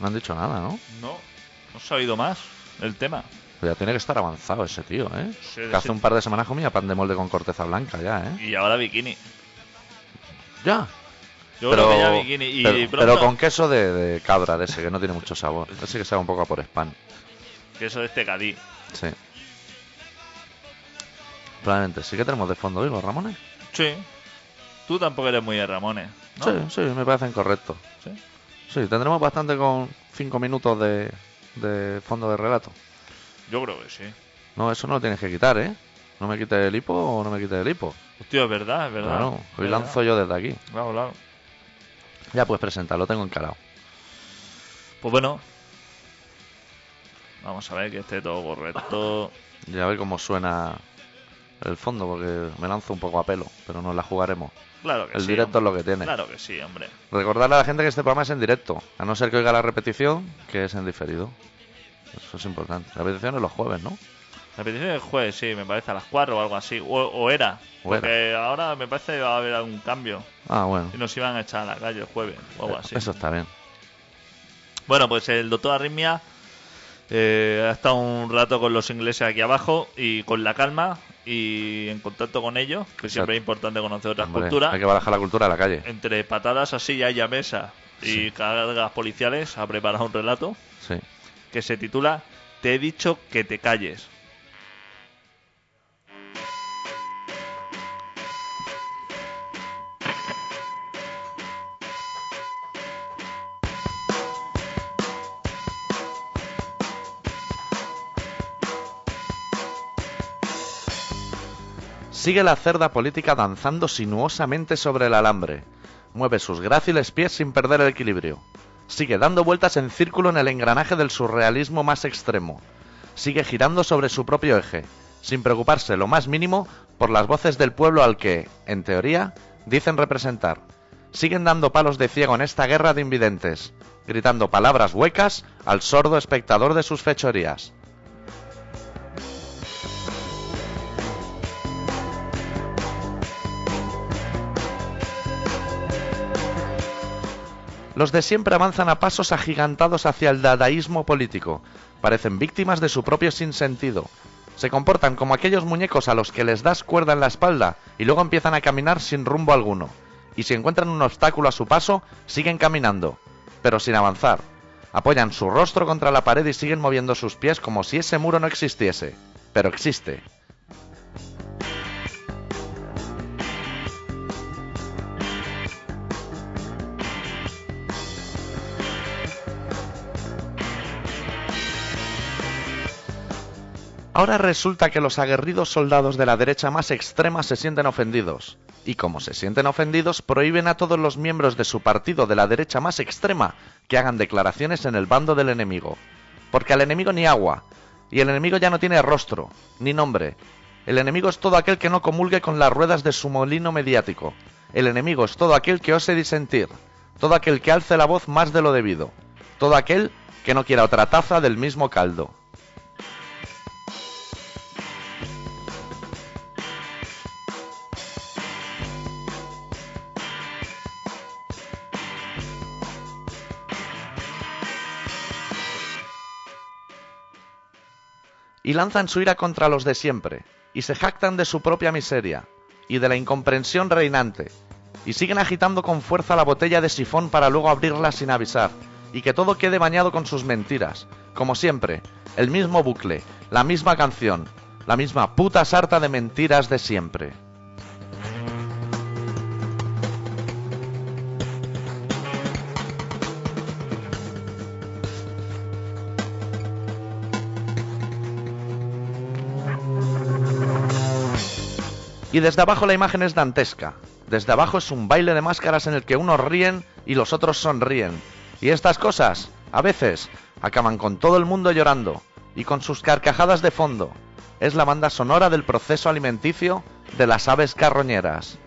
B: No han dicho nada, ¿no?
C: No, no se ha oído más el tema.
B: Ya tiene que estar avanzado ese tío, ¿eh?
C: Sí,
B: que
C: de
B: hace
C: ese-
B: un par de semanas comía pan de molde con corteza blanca ya, ¿eh?
C: Y ahora bikini.
B: Ya.
C: Yo
B: pero,
C: creo que ya bikini. Y
B: pero-
C: pronto-
B: pero con queso de, de cabra de ese, que no tiene mucho sabor. Ese que sabe un poco a por spam.
C: que eso de este Cadí.
B: Sí. Probablemente. Sí que tenemos de fondo hoy los Ramones.
C: Sí. Tú tampoco eres muy de Ramones, ¿no?
B: Sí, sí, me parecen correctos.
C: Sí.
B: Sí, tendremos bastante con cinco minutos de, de fondo de relato.
C: Yo creo que sí.
B: No, eso no lo tienes que quitar, ¿eh? No me quites el hipo o no me quites el hipo.
C: Hostia, es verdad, es verdad.
B: Claro,
C: Es
B: hoy
C: verdad.
B: lanzo yo desde aquí.
C: Claro, claro.
B: Ya puedes presentar, lo tengo encarado.
C: Pues bueno. Vamos a ver que esté todo correcto.
B: Y a ver cómo suena el fondo, porque me lanzo un poco a pelo, pero nos la jugaremos.
C: Claro que
B: El
C: sí.
B: directo
C: hombre.
B: es lo que tiene.
C: Claro que sí, hombre.
B: Recordarle a la gente que este programa es en directo, a no ser que oiga la repetición, que es en diferido. Eso es importante. La repetición es los jueves, ¿no?
C: La petición del jueves, sí, me parece a las 4 o algo así. O, o era.
B: O era.
C: Porque ahora me parece que va a haber algún cambio.
B: Ah, bueno.
C: Y nos iban a echar a la calle el jueves o algo así.
B: Eso está bien.
C: Bueno, pues el doctor Arritmia eh, ha estado un rato con los ingleses aquí abajo y con la calma y en contacto con ellos, que siempre es importante conocer otras
B: Hombre,
C: culturas.
B: Hay que barajar la cultura Eh. de la calle.
C: Entre patadas así ya hay a mesa y cargas policiales ha preparado un relato
B: Sí.
C: que se titula Te he dicho que te calles.
B: Sigue la cerda política danzando sinuosamente sobre el alambre. Mueve sus gráciles pies sin perder el equilibrio. Sigue dando vueltas en círculo en el engranaje del surrealismo más extremo. Sigue girando sobre su propio eje, sin preocuparse lo más mínimo por las voces del pueblo al que, en teoría, dicen representar. Siguen dando palos de ciego en esta guerra de invidentes, gritando palabras huecas al sordo espectador de sus fechorías. Los de siempre avanzan a pasos agigantados hacia el dadaísmo político. Parecen víctimas de su propio sinsentido. Se comportan como aquellos muñecos a los que les das cuerda en la espalda y luego empiezan a caminar sin rumbo alguno. Y si encuentran un obstáculo a su paso, siguen caminando, pero sin avanzar. Apoyan su rostro contra la pared y siguen moviendo sus pies como si ese muro no existiese. Pero existe. Ahora resulta que los aguerridos soldados de la derecha más extrema se sienten ofendidos. Y como se sienten ofendidos, prohíben a todos los miembros de su partido de la derecha más extrema que hagan declaraciones en el bando del enemigo. Porque al enemigo ni agua. Y el enemigo ya no tiene rostro, ni nombre. El enemigo es todo aquel que no comulgue con las ruedas de su molino mediático. El enemigo es todo aquel que ose disentir. Todo aquel que alce la voz más de lo debido. Todo aquel que no quiera otra taza del mismo caldo. y lanzan su ira contra los de siempre, y se jactan de su propia miseria, y de la incomprensión reinante, y siguen agitando con fuerza la botella de sifón para luego abrirla sin avisar, y que todo quede bañado con sus mentiras, como siempre, el mismo bucle, la misma canción, la misma puta sarta de mentiras de siempre. Y desde abajo la imagen es dantesca. Desde abajo es un baile de máscaras en el que unos ríen y los otros sonríen. Y estas cosas, a veces, acaban con todo el mundo llorando y con sus carcajadas de fondo. Es la banda sonora del proceso alimenticio de las aves carroñeras.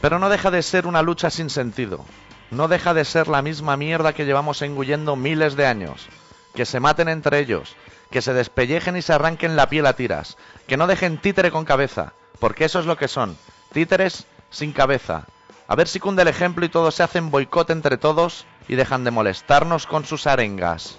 B: Pero no deja de ser una lucha sin sentido. No deja de ser la misma mierda que llevamos engullendo miles de años. Que se maten entre ellos. Que se despellejen y se arranquen la piel a tiras. Que no dejen títere con cabeza. Porque eso es lo que son. Títeres sin cabeza. A ver si cunde el ejemplo y todos se hacen boicot entre todos y dejan de molestarnos con sus arengas.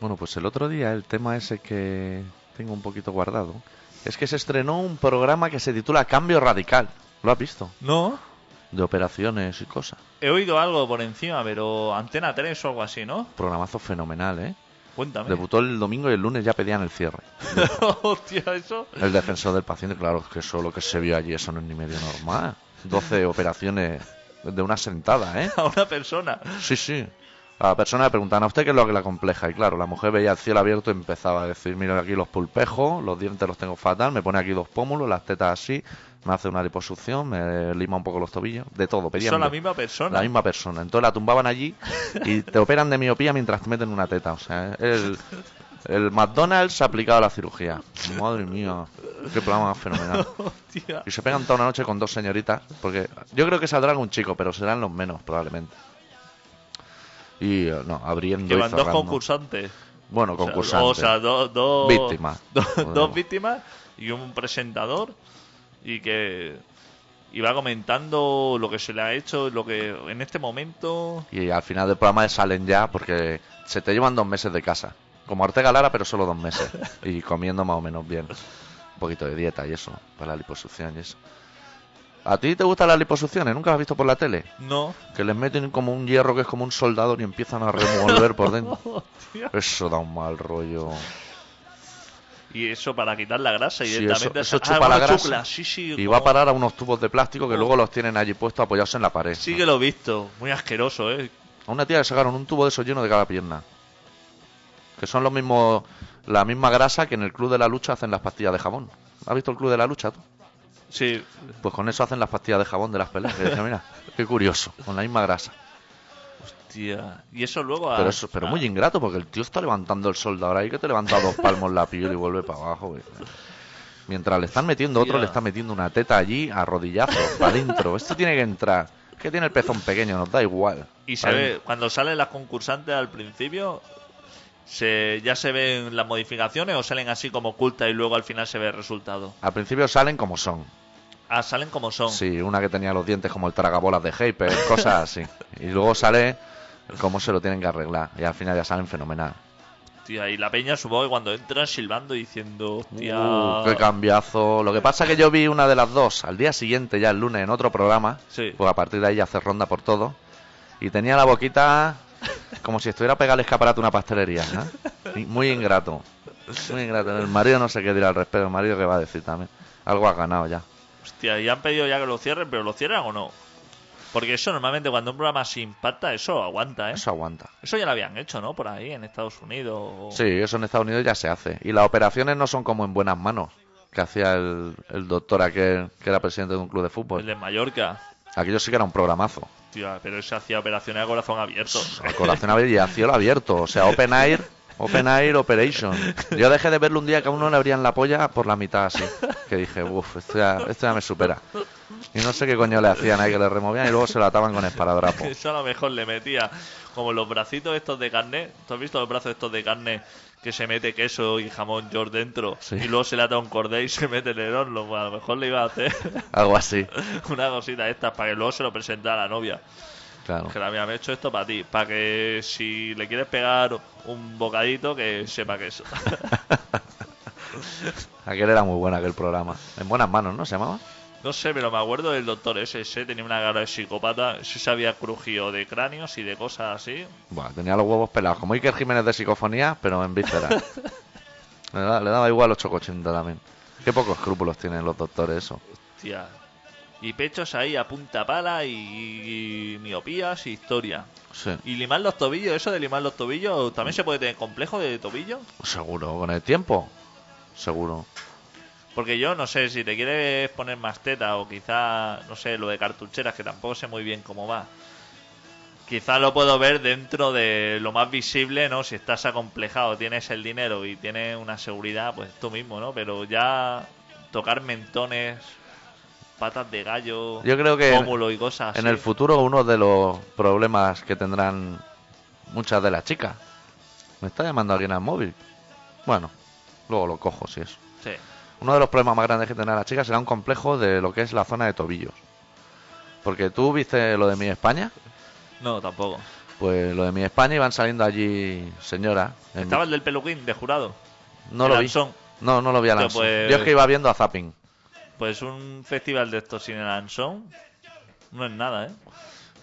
B: Bueno, pues el otro día el tema ese que tengo un poquito guardado es que se estrenó un programa que se titula Cambio Radical. ¿Lo has visto?
C: No.
B: De operaciones y cosas.
C: He oído algo por encima, pero Antena 3 o algo así, ¿no?
B: Programazo fenomenal, ¿eh?
C: Cuéntame.
B: Debutó el domingo y el lunes ya pedían el cierre.
C: <laughs> Hostia, eso.
B: El defensor del paciente, claro, que eso lo que se vio allí, eso no es ni medio normal. 12 operaciones de una sentada, ¿eh?
C: A una persona.
B: Sí, sí. A la persona le preguntaban a usted qué es lo que la compleja. Y claro, la mujer veía el cielo abierto y empezaba a decir, mira aquí los pulpejos, los dientes los tengo fatal, me pone aquí dos pómulos, las tetas así, me hace una liposucción, me lima un poco los tobillos, de todo. Pedían
C: Son la
B: de-
C: misma persona.
B: La misma persona. Entonces la tumbaban allí y te operan de miopía mientras te meten una teta. O sea, el, el McDonald's aplicado a la cirugía. Madre mía, qué programa fenomenal.
C: Hostia.
B: Y se pegan toda una noche con dos señoritas, porque yo creo que saldrán un chico, pero serán los menos probablemente. Y eh, no, abriendo
C: Que
B: y
C: van dos
B: cerrando.
C: concursantes.
B: Bueno, concursantes.
C: O sea, dos dos
B: Víctimas.
C: dos-
B: Podemos.
C: dos víctimas y un presentador y que iba comentando lo que se le ha hecho, lo que en este momento
B: Y al final del programa salen ya porque se te llevan dos meses de casa. Como Ortega Lara, pero solo dos
C: <laughs>
B: meses. Y comiendo más o menos bien. Un poquito de dieta y eso, para la liposucción y eso. ¿A ti te gustan las liposucciones? ¿Nunca las has visto por la tele?
C: no.
B: Que les meten como un hierro que es como un soldado y empiezan a remover por
C: <laughs>
B: dentro.
C: Oh, Hostia.
B: Eso da un mal rollo.
C: Y eso para quitar la grasa
B: Sí,
C: directamente.
B: eso- eso
C: Ah,
B: chupa
C: una
B: la grasa.
C: chucla, sí, sí,
B: Y va a
C: como- Oh.
B: parar a unos tubos de plástico que luego los tienen allí puestos apoyados en la pared.
C: Sí que lo he visto, muy asqueroso, ¿eh?
B: A una tía le sacaron un tubo de esos lleno de cada pierna. Que son los mismos, la misma grasa que en el Club de la Lucha hacen las pastillas de jabón. ¿Has visto el Club de la Lucha? tú?
C: Sí,
B: Pues con eso hacen las pastillas de jabón de las peleas. Y dices,
C: <laughs>
B: mira, qué curioso, con la misma grasa.
C: hostia. Y eso luego a-
B: Pero, eso, pero
C: a-
B: muy ingrato porque el tío está levantando el sol de ahora y que te levanta dos palmos la piel y vuelve para abajo. güey. Mientras le están metiendo otro,
C: Hostia.
B: le está metiendo una teta allí a rodillazos, para adentro. Esto tiene que entrar. Que tiene el pezón pequeño, nos da igual.
C: Y se
B: Pa'
C: ve-
B: dentro.
C: cuando salen las concursantes al principio, se, ya se ven las modificaciones o salen así como ocultas y luego al final se ve el resultado.
B: Al principio salen como son,
C: Ah, salen como son.
B: Sí, una que tenía los dientes como el tragabolas de Hyper,
C: <laughs>
B: cosas así. Y luego sale cómo se lo tienen que arreglar. Y al final ya salen fenomenal.
C: Hostia, y la peña supongo que cuando entran silbando y diciendo, hostia,
B: Uh, ¡Qué cambiazo! Lo que pasa que yo vi una de las dos al día siguiente, ya el lunes, en otro programa.
C: Sí.
B: Pues a partir de ahí ya hace ronda por todo. Y tenía la boquita como si estuviera pegada al escaparate de una pastelería. ¿eh? Y Muy ingrato. Muy ingrato. El marido no sé qué dirá al respecto. El marido que va a decir también. Algo has ganado ya.
C: hostia, y han pedido ya que lo cierren, pero lo cierran o no. Porque eso normalmente cuando un programa se impacta, eso aguanta, ¿eh?
B: Eso aguanta.
C: Eso ya lo habían hecho, ¿no? Por ahí, en Estados Unidos. o-
B: Sí, eso en Estados Unidos ya se hace. Y las operaciones no son como en buenas manos, que hacía el, el doctor aquel que era presidente de un club de
C: El
B: fútbol.
C: de Mallorca.
B: Aquello sí que era un programazo.
C: Hostia, pero se hacía operaciones a corazón abierto. <laughs>
B: Al corazón abierto y a cielo abierto. O sea, open air, open air operation. Yo dejé de verlo un día que a uno le abrían la polla por la mitad así. Que dije, uff, esto ya, esto ya me supera. Y no sé qué coño le hacían ahí que le removían y luego se lo ataban con esparadrapo.
C: Eso a lo mejor le metía como los bracitos estos de carne. ¿Tú has visto los brazos estos de carne que se mete queso y jamón york dentro?
B: Sí.
C: Y luego se le ata un cordel y se mete en el horno. Pues a lo mejor le iba a hacer
B: <laughs> Algo así,
C: <laughs> una cosita de estas para que luego se lo presentara a la novia.
B: claro. <laughs>
C: Que la mía me ha hecho esto para ti, para que si le quieres pegar un bocadito que sepa que eso.
B: Aquel era muy bueno aquel programa. En buenas manos, ¿no? Se llamaba.
C: No sé, pero me acuerdo del doctor ese, ese tenía una cara de psicópata, sí se había crujido de cráneos y de cosas así.
B: Buah, tenía los huevos pelados, como Iker Jiménez de psicofonía, pero en vísceras. le, da- le daba igual 880 también. Qué pocos escrúpulos tienen los doctores eso.
C: Hostia. Y pechos ahí a punta pala y, y miopías y historia.
B: Sí.
C: Y limar los tobillos, eso de limar los tobillos, ¿también se puede tener complejo de tobillo?
B: Seguro, con el tiempo. Seguro.
C: Porque yo no sé, si te quieres poner más teta o quizá, no sé, lo de cartucheras, que tampoco sé muy bien cómo va. Quizá lo puedo ver dentro de lo más visible, ¿no? Si estás acomplejado, tienes el dinero y tienes una seguridad, pues tú mismo, ¿no? Pero ya tocar mentones, patas de gallo,
B: Yo creo que en-
C: pómulo y cosas
B: En
C: así.
B: el futuro uno de los problemas que tendrán muchas de las chicas. Me está llamando alguien al móvil. Bueno, luego lo cojo si es.
C: Sí.
B: Uno de los problemas más grandes que tendrán las chicas será un complejo de lo que es la zona de tobillos. Porque tú viste lo de mi España,
C: No, tampoco.
B: pues lo de mi España iban saliendo allí señoras. en-
C: Estaba el del peluquín, de jurado.
B: no
C: el
B: lo vi.
C: Anson.
B: No, no lo vi a
C: Yo,
B: Lanson.
C: pues-
B: Yo es que iba viendo a Zapping.
C: Pues un festival de estos sin el Anson no es nada, ¿eh?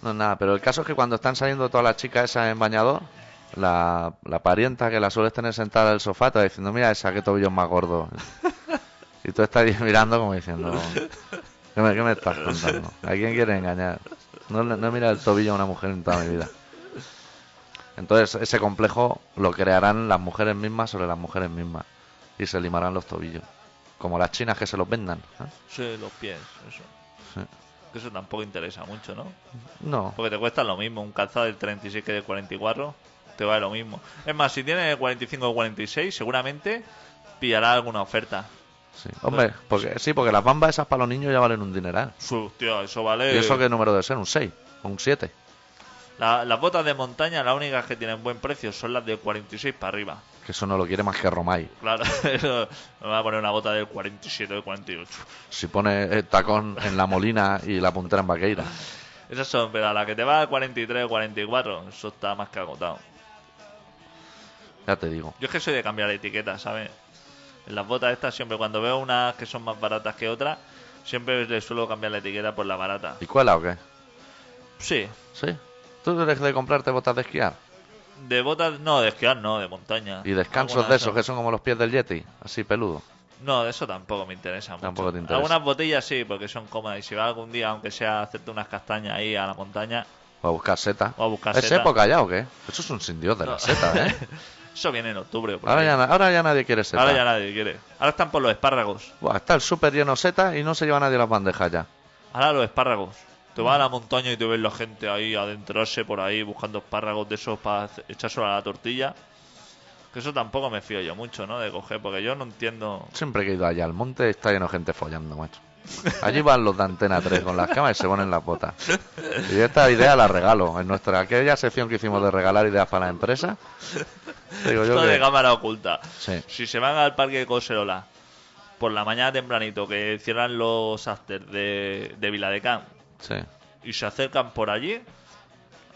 B: No, nada, pero el caso es que cuando están saliendo todas las chicas esas en bañador, la, la parienta que la sueles tener sentada en el sofá te va diciendo, mira esa, qué tobillos más gordo. <laughs> y tú estás ahí mirando como diciendo, ¿qué me, qué me estás contando? ¿A quién quieres engañar? No, le- no he mirado el tobillo a una mujer en toda mi vida. Entonces ese complejo lo crearán las mujeres mismas sobre las mujeres mismas y se limarán los tobillos. Como las chinas que se los vendan. ¿eh?
C: Sí, los pies, eso.
B: Sí.
C: Que eso tampoco interesa mucho, ¿no?
B: No,
C: Porque te cuesta lo mismo. Un calzado del 36 que del 44 te vale lo mismo. Es más, si tienes el 45 o 46, seguramente pillará alguna oferta.
B: sí. Hombre, porque, sí, porque las bambas esas para los niños ya valen un dineral.
C: Su- Hostia, eso vale.
B: ¿Y eso qué número debe ser? ¿Un 6? ¿O un 7?
C: La- las botas de montaña, las únicas que tienen buen precio son las del 46 para arriba.
B: Que eso no lo quiere más que Romay.
C: Claro, <laughs> eso- me voy a poner una bota del 47 o del 48.
B: Si pone el tacón en la molina y la puntera en vaqueira.
C: Esas son, pero a la que te va al 43 o 44, eso está más que agotado.
B: Ya te digo.
C: Yo es que soy de cambiar etiquetas, ¿sabes? En las botas estas siempre, cuando veo unas que son más baratas que otras, siempre les suelo cambiar la etiqueta por la barata.
B: ¿Y cuela o qué?
C: Sí.
B: ¿Sí? ¿Tú eres de comprarte botas de esquiar?
C: De botas, no, de esquiar no, de montaña.
B: ¿Y descansos
C: Alguna
B: de esos que son como los pies del Yeti? Así peludo.
C: No, de eso tampoco me interesa mucho.
B: Tampoco te interesa.
C: Algunas botellas sí, porque son cómodas. Y si vas algún día, aunque sea a hacerte unas castañas ahí a la montaña,
B: O a buscar setas.
C: O a buscar
B: ¿Es
C: Oh, setas.
B: época ya o qué? Eso es un sin dios de
C: No.
B: las setas,
C: <laughs>
B: ¿eh?
C: eso viene en octubre. o por
B: Ahora
C: ahí.
B: ya, na- ahora ya nadie quiere setas.
C: Ahora ya nadie quiere. Ahora están por los espárragos.
B: Buah, está el súper lleno de setas y no se lleva nadie las bandejas ya.
C: Ahora los espárragos. Te vas a la montaña y te ves la gente ahí adentrarse por ahí buscando espárragos de esos para echarse a la tortilla. Que eso tampoco me fío yo mucho, ¿no? De coger, porque yo no entiendo.
B: Siempre que he ido allá al monte está lleno de gente follando, macho. Allí van los de Antena 3 con las camas y se ponen las botas. Y esta idea la regalo. En nuestra aquella sección que hicimos de regalar ideas para la empresa, digo yo
C: Esto de
B: que...
C: cámara oculta.
B: Sí.
C: Si se van al parque de Coserola por la mañana tempranito, que cierran los afters de, de Viladecán,
B: sí.
C: y se acercan por allí,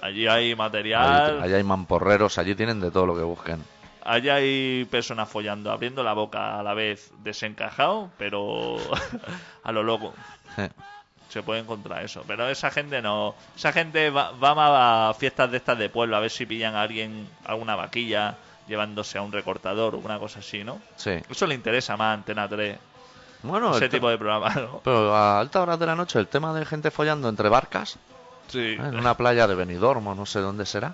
C: allí hay material,
B: Allí, allí hay mamporreros, allí tienen de todo lo que busquen.
C: Allí hay personas follando, abriendo la boca a la vez desencajado, pero <laughs> a lo loco.
B: Sí.
C: Se puede encontrar eso. Pero esa gente no. Esa gente va, va más a fiestas de estas de pueblo a ver si pillan a alguien, alguna vaquilla, llevándose a un recortador o una cosa así, ¿no?
B: Sí.
C: Eso le interesa más a Antena 3,
B: Bueno,
C: ese
B: el te-
C: tipo de programa,
B: <laughs>
C: ¿no?
B: pero a altas horas de la noche el tema de gente follando entre barcas,
C: Sí.
B: ¿eh? en una playa de Benidorm o no sé dónde será.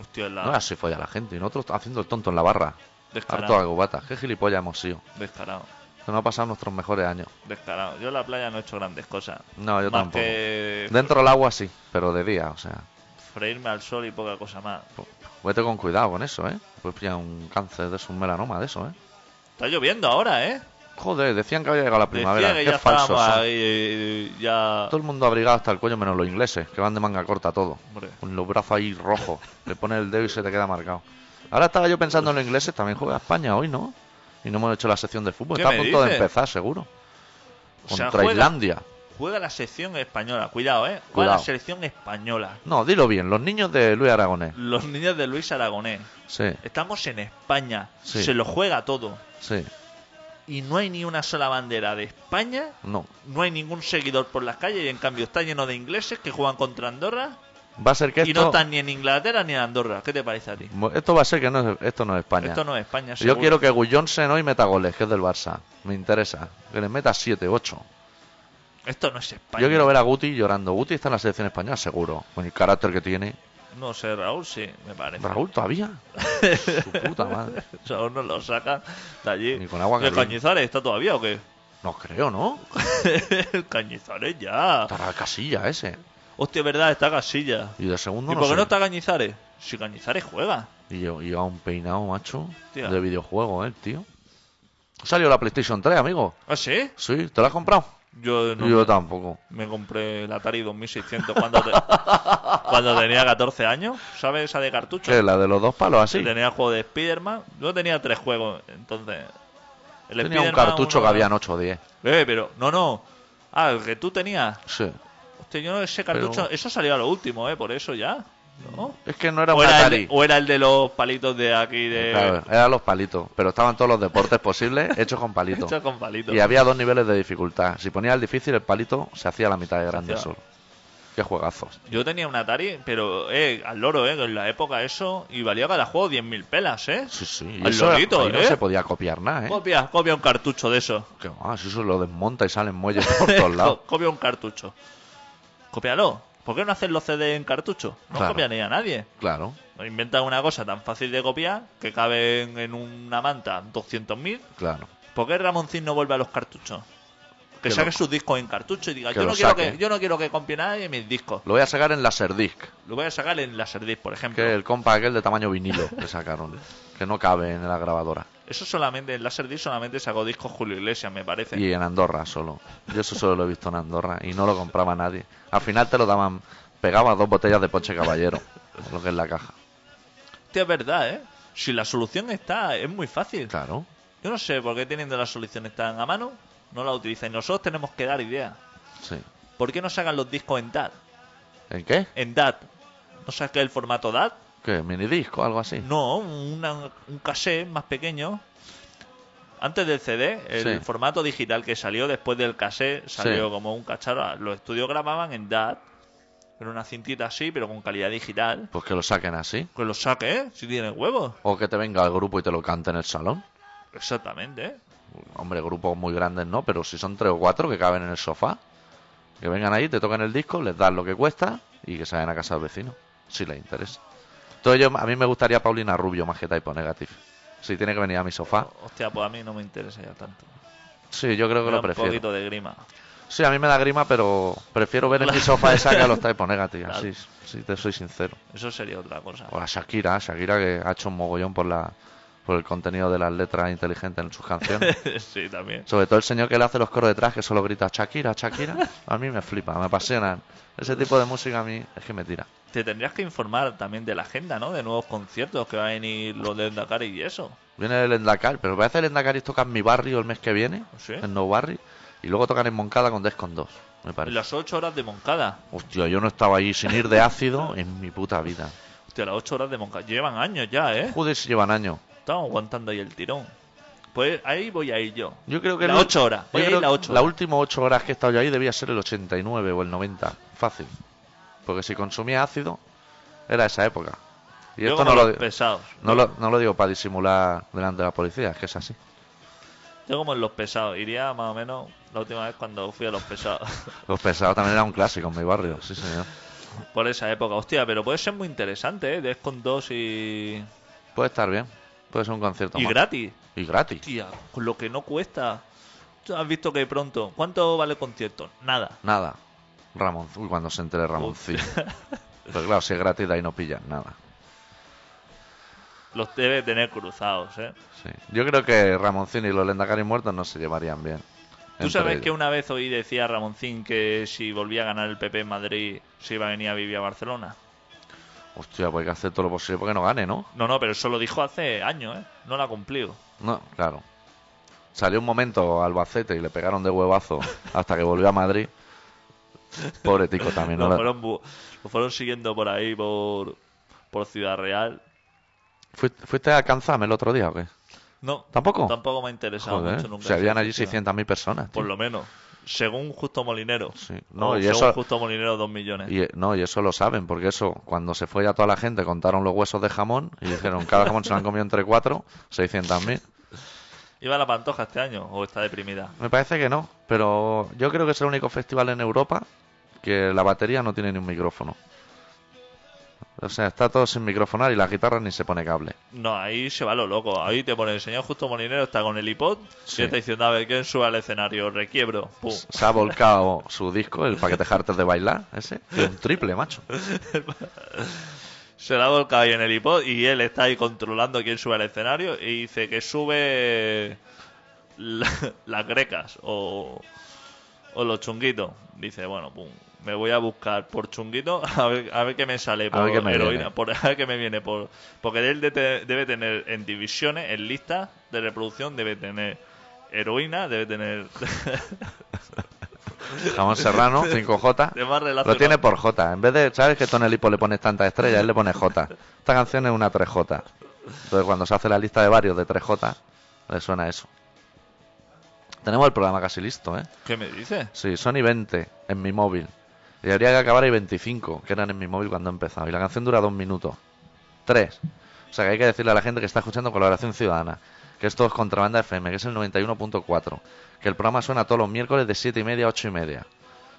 C: Hostia, la-
B: No, así folla la gente y nosotros haciendo el tonto en la barra. Harto de
C: descarado,
B: cubatas. Qué gilipollas hemos sido.
C: descarado,
B: No ha pasado nuestros mejores años.
C: descarado. Yo en la playa no he hecho grandes cosas.
B: No, Ah, yo
C: más
B: tampoco.
C: que
B: Dentro del agua sí, pero de día, o sea.
C: freírme al sol y poca cosa más.
B: Vete con cuidado con eso, ¿eh? Puedes pillar un cáncer de un melanoma de eso, ¿eh?
C: Está lloviendo ahora, ¿eh?
B: Joder, decían que había llegado la primavera.
C: Decía que
B: Qué
C: ya
B: falsos
C: estábamos
B: son.
C: ahí, eh, ya...
B: Todo el mundo abrigado hasta el cuello, menos los ingleses, que van de manga corta todo.
C: Hombre.
B: Con los brazos ahí rojos. <laughs> Le pones el dedo y se te queda marcado. Ahora estaba yo pensando en los ingleses, también juega España hoy, ¿no? Y no hemos hecho la sección de fútbol.
C: ¿Qué
B: Está a
C: me
B: punto de
C: dices?
B: empezar, seguro.
C: O sea,
B: Contra
C: juega-
B: Islandia.
C: Juega la selección española, cuidado, ¿eh? Juega
B: Cuidado.
C: la selección española.
B: No, dilo bien, los niños de Luis Aragonés.
C: Los niños de Luis Aragonés.
B: Sí,
C: Estamos en España,
B: Sí.
C: se lo juega todo.
B: sí,
C: Y no hay ni una sola bandera de España,
B: no.
C: no hay ningún seguidor por las calles y en cambio está lleno de ingleses que juegan contra Andorra
B: Va a ser que
C: y no
B: esto.
C: están ni en Inglaterra ni en Andorra. ¿Qué te parece a ti?
B: Esto va a ser que no es- esto no es España.
C: Esto no es España.
B: Yo
C: seguro.
B: quiero que Guyonsen hoy meta goles, que es del Barça. Me interesa. Que le meta 7, 8.
C: Esto no es España.
B: Yo quiero ver a Guti llorando. Guti está en la selección española, seguro. Con el carácter que tiene.
C: No sé, Raúl, sí, me parece.
B: Raúl todavía. Su puta
C: <laughs>
B: madre.
C: Raúl nos lo saca de allí.
B: Ni con agua
C: ¿El
B: caliente.
C: Cañizares está todavía o qué? <laughs>
B: No creo, ¿no?
C: el Cañizares ya.
B: Estará el casilla ese.
C: Hostia, verdad, está Casilla.
B: Y de segundo
C: ¿Y
B: no
C: por qué
B: sé.
C: no está Cañizares? Si Cañizares juega.
B: Y lle- lleva un peinado, macho.
C: Tía.
B: De videojuego, ¿eh, tío? Salió la PlayStation 3, amigo.
C: ¿Ah, sí?
B: Sí, ¿te la has comprado?
C: Yo Pues no.
B: Yo tampoco.
C: Me compré el Atari 2600 cuando,
B: <laughs>
C: te- cuando tenía 14 años. ¿Sabes esa de cartucho?
B: ¿Qué? ¿La de los dos palos así?
C: Que Tenía el juego de Spider-Man. Yo tenía tres juegos, entonces. El
B: Tenía un
C: Spider-Man,
B: cartucho
C: uno-
B: que habían 8 o 10.
C: Eh, pero. No, no. Ah, el que tú tenías.
B: Sí.
C: Hostia, yo no- ese cartucho.
B: Pero-
C: Eso salió a lo último, ¿eh? Por eso ya. ¿No?
B: Es que no era
C: o,
B: un
C: era el
B: Atari.
C: de, o era el de los palitos de aquí de.
B: Claro, eran los palitos. Pero estaban todos los deportes posibles hechos con palitos.
C: hecho <laughs> con palitos.
B: Y había dos niveles de dificultad. Si ponía el difícil, el palito se hacía la mitad de grande
C: hacía.
B: solo. Qué juegazos.
C: Yo tenía un Atari, pero eh, al loro, eh, que en la época eso, y valía cada juego 10.000 pelas, eh.
B: Sí, sí. y
C: Al
B: eso era-
C: lorito,
B: ahí
C: ¿eh?
B: no se podía copiar nada, ¿eh?
C: Copia, copia un cartucho de eso.
B: Que va, si eso lo desmonta y salen muelles por todos lados.
C: <laughs> Co- copia un cartucho. Copialo. ¿Por qué no hacen los CD en cartucho? No
B: Claro.
C: copian a nadie.
B: Claro,
C: Inventan una cosa tan fácil de copiar que caben en una manta 200.000.
B: claro.
C: ¿Por qué Ramoncín no vuelve a los cartuchos? Que,
B: Que
C: saque
B: lo-
C: sus discos en cartucho y diga,
B: que
C: yo no,
B: lo
C: quiero
B: saque.
C: que, yo no quiero que copie nadie mis discos.
B: Lo voy a sacar en Laserdisc,
C: Lo voy a sacar en Laserdisc, por ejemplo.
B: que el compa aquel de tamaño vinilo que sacaron, que no cabe en la grabadora.
C: Eso solamente, en Laserdisc solamente sacó discos Julio Iglesias, me parece.
B: Y en Andorra solo. Yo eso solo lo he visto en Andorra y no lo compraba nadie. Al final te lo daban, pegabas dos botellas de Poche Caballero, lo que es la caja.
C: Hostia, es verdad, ¿eh? Si la solución está, es muy fácil.
B: Claro.
C: Yo no sé por qué teniendo las soluciones tan a mano, no la utilizan. Y nosotros tenemos que dar ideas.
B: Sí.
C: ¿Por qué no sacan los discos en DAT?
B: ¿En qué?
C: En DAT. ¿No sabes qué es el formato DAT?
B: ¿Qué? ¿Minidisco? ¿Algo así?
C: No, una- un cassette más pequeño. Antes del CD, el
B: Sí.
C: formato digital que salió después del cassette salió
B: Sí.
C: como un cacharro. Los estudios grababan en DAT. Era una cintita así, pero con calidad digital.
B: Pues que lo saquen así.
C: Que lo saque, ¿eh? Si tiene huevos.
B: O que te venga el grupo y te lo cante en el salón.
C: Exactamente, ¿eh?
B: Hombre, grupos muy grandes no, pero si son tres o cuatro que caben en el sofá, que vengan ahí, te toquen el disco, les das lo que cuesta y que se vayan a casa del vecino, si les interesa. Entonces yo, a mí me gustaría Paulina Rubio más que Typo Negative. Si tiene que venir a mi sofá.
C: Hostia, pues a mí no me interesa ya tanto.
B: Sí, yo creo que
C: Me da
B: lo
C: un
B: prefiero.
C: poquito de grima.
B: Sí, a mí me da grima, pero prefiero ver
C: <laughs>
B: en mi sofá esa que a los Typo Negative.
C: Claro.
B: así, si te soy sincero.
C: Eso sería otra cosa.
B: O a Shakira, Shakira que ha hecho un mogollón por la por el contenido de las letras inteligentes en sus
C: <laughs>
B: canciones.
C: <laughs> sí, también.
B: Sobre todo el señor que le hace los coros detrás, que solo grita Shakira, Shakira. A mí me flipa, me apasionan. Ese tipo de música a mí es que me tira.
C: Te tendrías que informar también de la agenda, ¿no? De nuevos conciertos que va a venir los de Dakar y eso.
B: Viene el Endacar, pero parece el Endacar y toca en mi barrio el mes que viene,
C: ¿Sí?
B: en No Barry, y luego tocan en Moncada con Des con 2, me parece.
C: Las 8 horas de Moncada.
B: Hostia, yo no estaba allí sin ir de ácido en mi puta vida.
C: Hostia, las 8 horas de Moncada. Llevan años ya, ¿eh?
B: Joder, si llevan años.
C: Estamos aguantando ahí el tirón. Pues ahí voy a ir yo.
B: Yo creo que
C: Las
B: el-
C: ocho horas.
B: yo
C: Oye,
B: creo
C: las ocho
B: que las
C: horas.
B: últimas 8 horas que he estado yo ahí debía ser el 89 o el 90. Fácil. Porque si consumía ácido, era esa época. Y
C: Yo
B: esto
C: como
B: no lo,
C: los pesados.
B: no, lo, no lo digo para disimular delante de la policía, es que es así.
C: Yo como en los pesados. Iría más o menos la última vez cuando fui a los pesados. <laughs>
B: Los pesados también era un clásico en mi barrio, sí señor.
C: Por esa época. Hostia, pero puede ser muy interesante, ¿eh? Des con 2 y...
B: Puede estar bien. Puede ser un concierto
C: Y
B: más.
C: gratis.
B: Y gratis.
C: Hostia, con lo que no cuesta. Tú has visto que pronto. ¿Cuánto vale el concierto? Nada. <laughs>
B: Nada. Ramón. Uy, cuando se <laughs> entere Ramón.
C: Hostia.
B: Pero claro, si es gratis, de ahí no pillan nada.
C: los debe tener cruzados, ¿eh?
B: Sí. Yo creo que Ramoncín y los Lendakari muertos no se llevarían bien.
C: Tú
B: entre
C: sabes
B: ellos.
C: que una vez oí decía Ramoncín que si volvía a ganar el PP en Madrid se iba a venir a vivir a Barcelona.
B: Hostia, pues hay que hacer todo lo posible porque no gane, ¿no?
C: No, no, pero eso lo dijo hace años, ¿eh? No lo ha cumplido.
B: No, claro. Salió un momento a Albacete y le pegaron de
C: <laughs>
B: huevazo hasta que volvió a Madrid. Pobre tico también.
C: lo,
B: no le-
C: fueron, bu- lo fueron siguiendo por ahí, por, por Ciudad Real.
B: ¿Fuiste- ¿Fuiste a Canzame el otro día o qué?
C: No.
B: ¿Tampoco?
C: Tampoco me ha interesado
B: Oh. Joder,
C: mucho nunca.
B: se habían
C: esa
B: allí
C: cuestión.
B: 600.000 personas. tío.
C: Por lo menos. Según Justo Molinero.
B: Sí. No,
C: O
B: y
C: según
B: eso-
C: Justo Molinero, dos millones.
B: Y, eh, no, y eso lo saben, porque eso, cuando se fue ya toda la gente, contaron los huesos de jamón y dijeron, cada jamón se lo han comido entre cuatro, 600.000.
C: ¿Iba a la Pantoja este año o está deprimida?
B: Me parece que no, pero yo creo que es el único festival en Europa que la batería no tiene ni un micrófono. O sea, está todo sin microfonar y la guitarra ni se pone cable.
C: No, ahí se va lo loco. Ahí te pone el señor Justo Molinero, está con el iPod
B: Sí.
C: y está diciendo, a ver, ¿quién sube al escenario? Requiebro. Pum.
B: Se ha volcado <laughs> su disco, el paquete Hartes de bailar, ese, y un triple, macho.
C: Se la ha volcado ahí en el iPod y él está ahí controlando quién sube al escenario y dice que sube la- las grecas o, o los chunguitos. Dice, bueno, pum, me voy a buscar por chunguito <laughs> a ver, a ver qué me sale por
B: ver qué me
C: heroína,
B: viene.
C: por, <laughs> a ver qué me viene. por Porque él de- te- debe tener en divisiones, en listas de reproducción, debe tener heroína, debe tener... <laughs>
B: Jamón Serrano, 5J.
C: de más
B: Lo
C: relacionado.
B: tiene por J. En vez de, ¿sabes que tú en el hipo le pones tantas estrellas? Él le pone J. Esta canción es una 3J. Entonces, cuando se hace la lista de varios de 3J, le suena eso. Tenemos el programa casi listo, ¿eh?
C: ¿Qué me dices?
B: Sí, son y 20 en mi móvil. Y habría que acabar y 25, que eran en mi móvil cuando empezaba. Y la canción dura dos minutos. Tres. O sea que hay que decirle a la gente que está escuchando Colaboración Ciudadana, que esto es Contrabanda FM, que es el 91.4, que el programa suena todos los miércoles de 7 y media a 8 y media.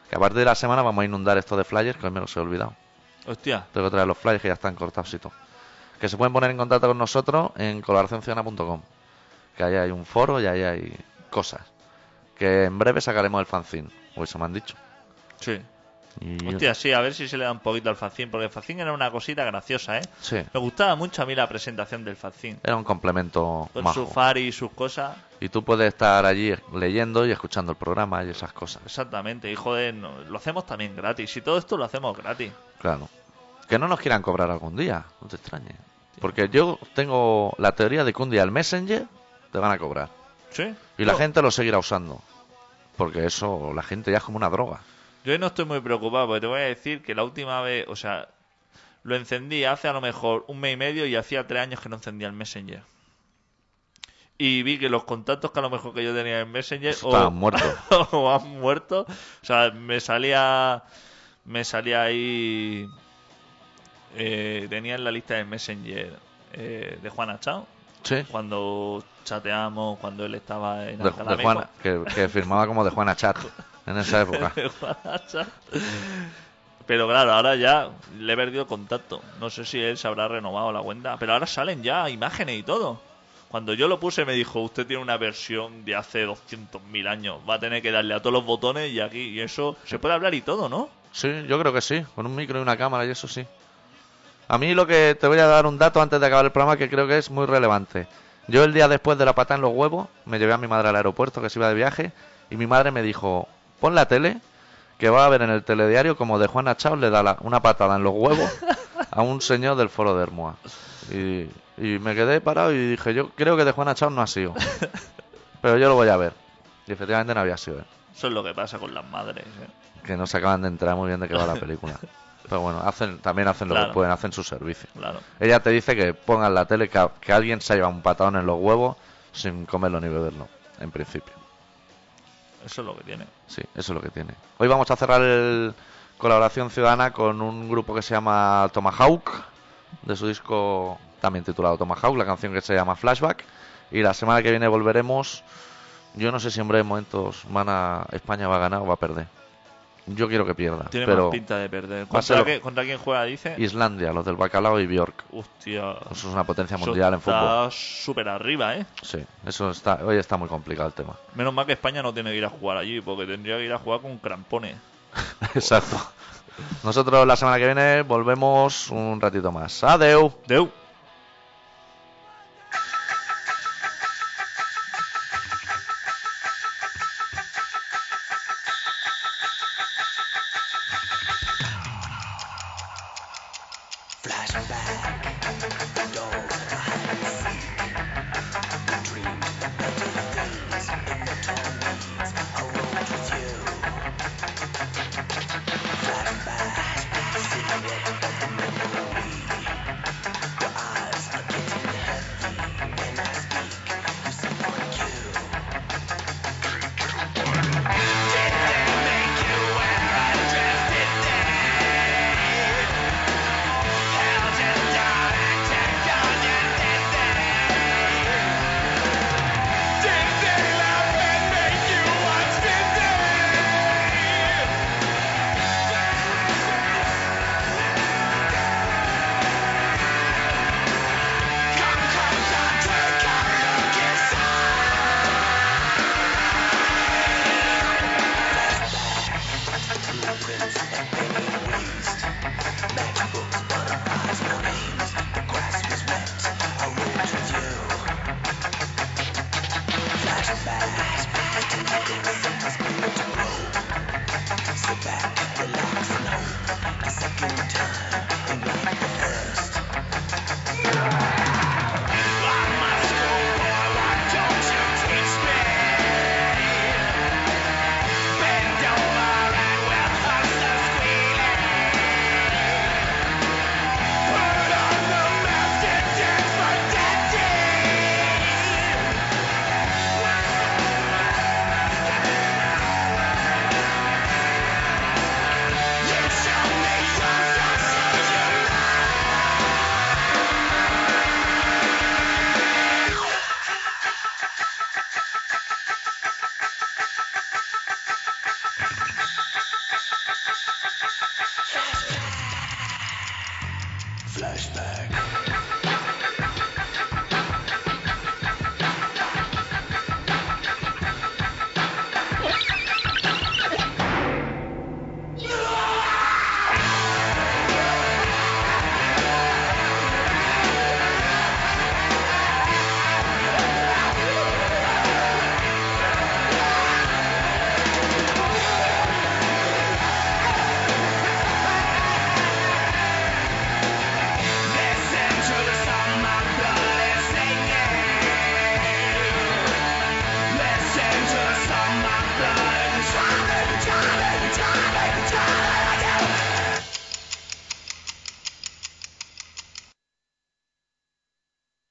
B: Que a partir de la semana vamos a inundar esto de flyers, que hoy me los he olvidado.
C: Hostia,
B: Tengo que traer los flyers que ya están cortados y todo. Que se pueden poner en contacto con nosotros en colaboracionciudadana.com. Que ahí hay un foro y ahí hay cosas. Que en breve sacaremos el fanzine, o eso me han dicho.
C: sí.
B: Y-
C: Hostia, sí, a ver si se le da un poquito al Facín, porque el Facín era una cosita graciosa, ¿eh?
B: Sí,
C: Me gustaba mucho a mí la presentación del Facín,
B: era un complemento
C: con
B: majo.
C: su Fari y sus cosas.
B: Y tú puedes estar allí leyendo y escuchando el programa y esas cosas.
C: Exactamente, y joder, no- lo hacemos también gratis, y todo esto lo hacemos gratis.
B: Claro. Que no nos quieran cobrar algún día, no te extrañes. Porque yo tengo la teoría de que un día el Messenger te van a cobrar.
C: ¿Sí?
B: Y la
C: Yo-
B: gente lo seguirá usando. Porque eso, la gente ya es como una droga.
C: Yo no estoy muy preocupado, porque te voy a decir que la última vez, o sea, lo encendí hace a lo mejor un mes y medio y hacía tres años que no encendía el Messenger. Y vi que los contactos que a lo mejor que yo tenía en Messenger o,
B: Estaban muertos.
C: <laughs> o han muerto. O sea, me salía, me salía ahí, eh, tenía en la lista de Messenger eh, de Juana Chao,
B: Sí.
C: cuando chateamos, cuando él estaba en
B: De,
C: Alcalá
B: de
C: Meco.
B: Juana, que, que firmaba como de Juana Chat en esa
C: <laughs>
B: época.
C: Pero claro, ahora ya le he perdido contacto. No sé si él se habrá renovado la cuenta. Pero ahora salen ya imágenes y todo. Cuando yo lo puse me dijo, usted tiene una versión de hace 200.000 años. Va a tener que darle a todos los botones y aquí y eso. Se puede hablar y todo, ¿no?
B: Sí, yo creo que sí, con un micro y una cámara y eso sí. A mí lo que te voy a dar un dato antes de acabar el programa que creo que es muy relevante. Yo el día después de la patada en los huevos me llevé a mi madre al aeropuerto que se iba de viaje y mi madre me dijo, pon la tele que va a ver en el telediario como de Juana Chao le da la- una patada en los huevos a un señor del foro de Hermoa. Y, y me quedé parado y dije, yo creo que de Juana Chao no ha sido. Pero yo lo voy a ver. Y efectivamente no había sido él
C: Eso es lo que pasa con las madres. ¿eh?
B: que no se acaban de enterar muy bien de qué va la
C: <laughs>
B: película. Pero bueno, hacen, también hacen lo
C: Claro.
B: que pueden, hacen su servicio.
C: Claro.
B: Ella te dice que pongan la tele, que, a- que alguien se lleva un patadón en los huevos sin comerlo ni beberlo, en principio.
C: Eso es lo que tiene.
B: Sí, eso es lo que tiene. Hoy vamos a cerrar el colaboración ciudadana con un grupo que se llama Tomahawk, de su disco también titulado Tomahawk, la canción que se llama Flashback. Y la semana que viene volveremos. Yo no sé si en breves momentos van a- España va a ganar o va a perder. Yo quiero que pierda.
C: Tiene
B: pero...
C: más pinta de perder.
B: va a ser
C: ¿Contra,
B: lo-
C: qué- contra quién juega, dice?
B: Islandia, los del bacalao y Bjork.
C: Hostia.
B: Eso es una potencia
C: Eso
B: mundial en fútbol.
C: Está súper arriba, ¿eh?
B: Sí, eso está, hoy está muy complicado el tema. <laughs>
C: Menos mal que España no tiene que ir a jugar allí, porque tendría que ir a jugar con crampones.
B: Exacto. Nosotros la semana que viene volvemos un ratito más. Adeu.
C: Deu.
G: Flashback.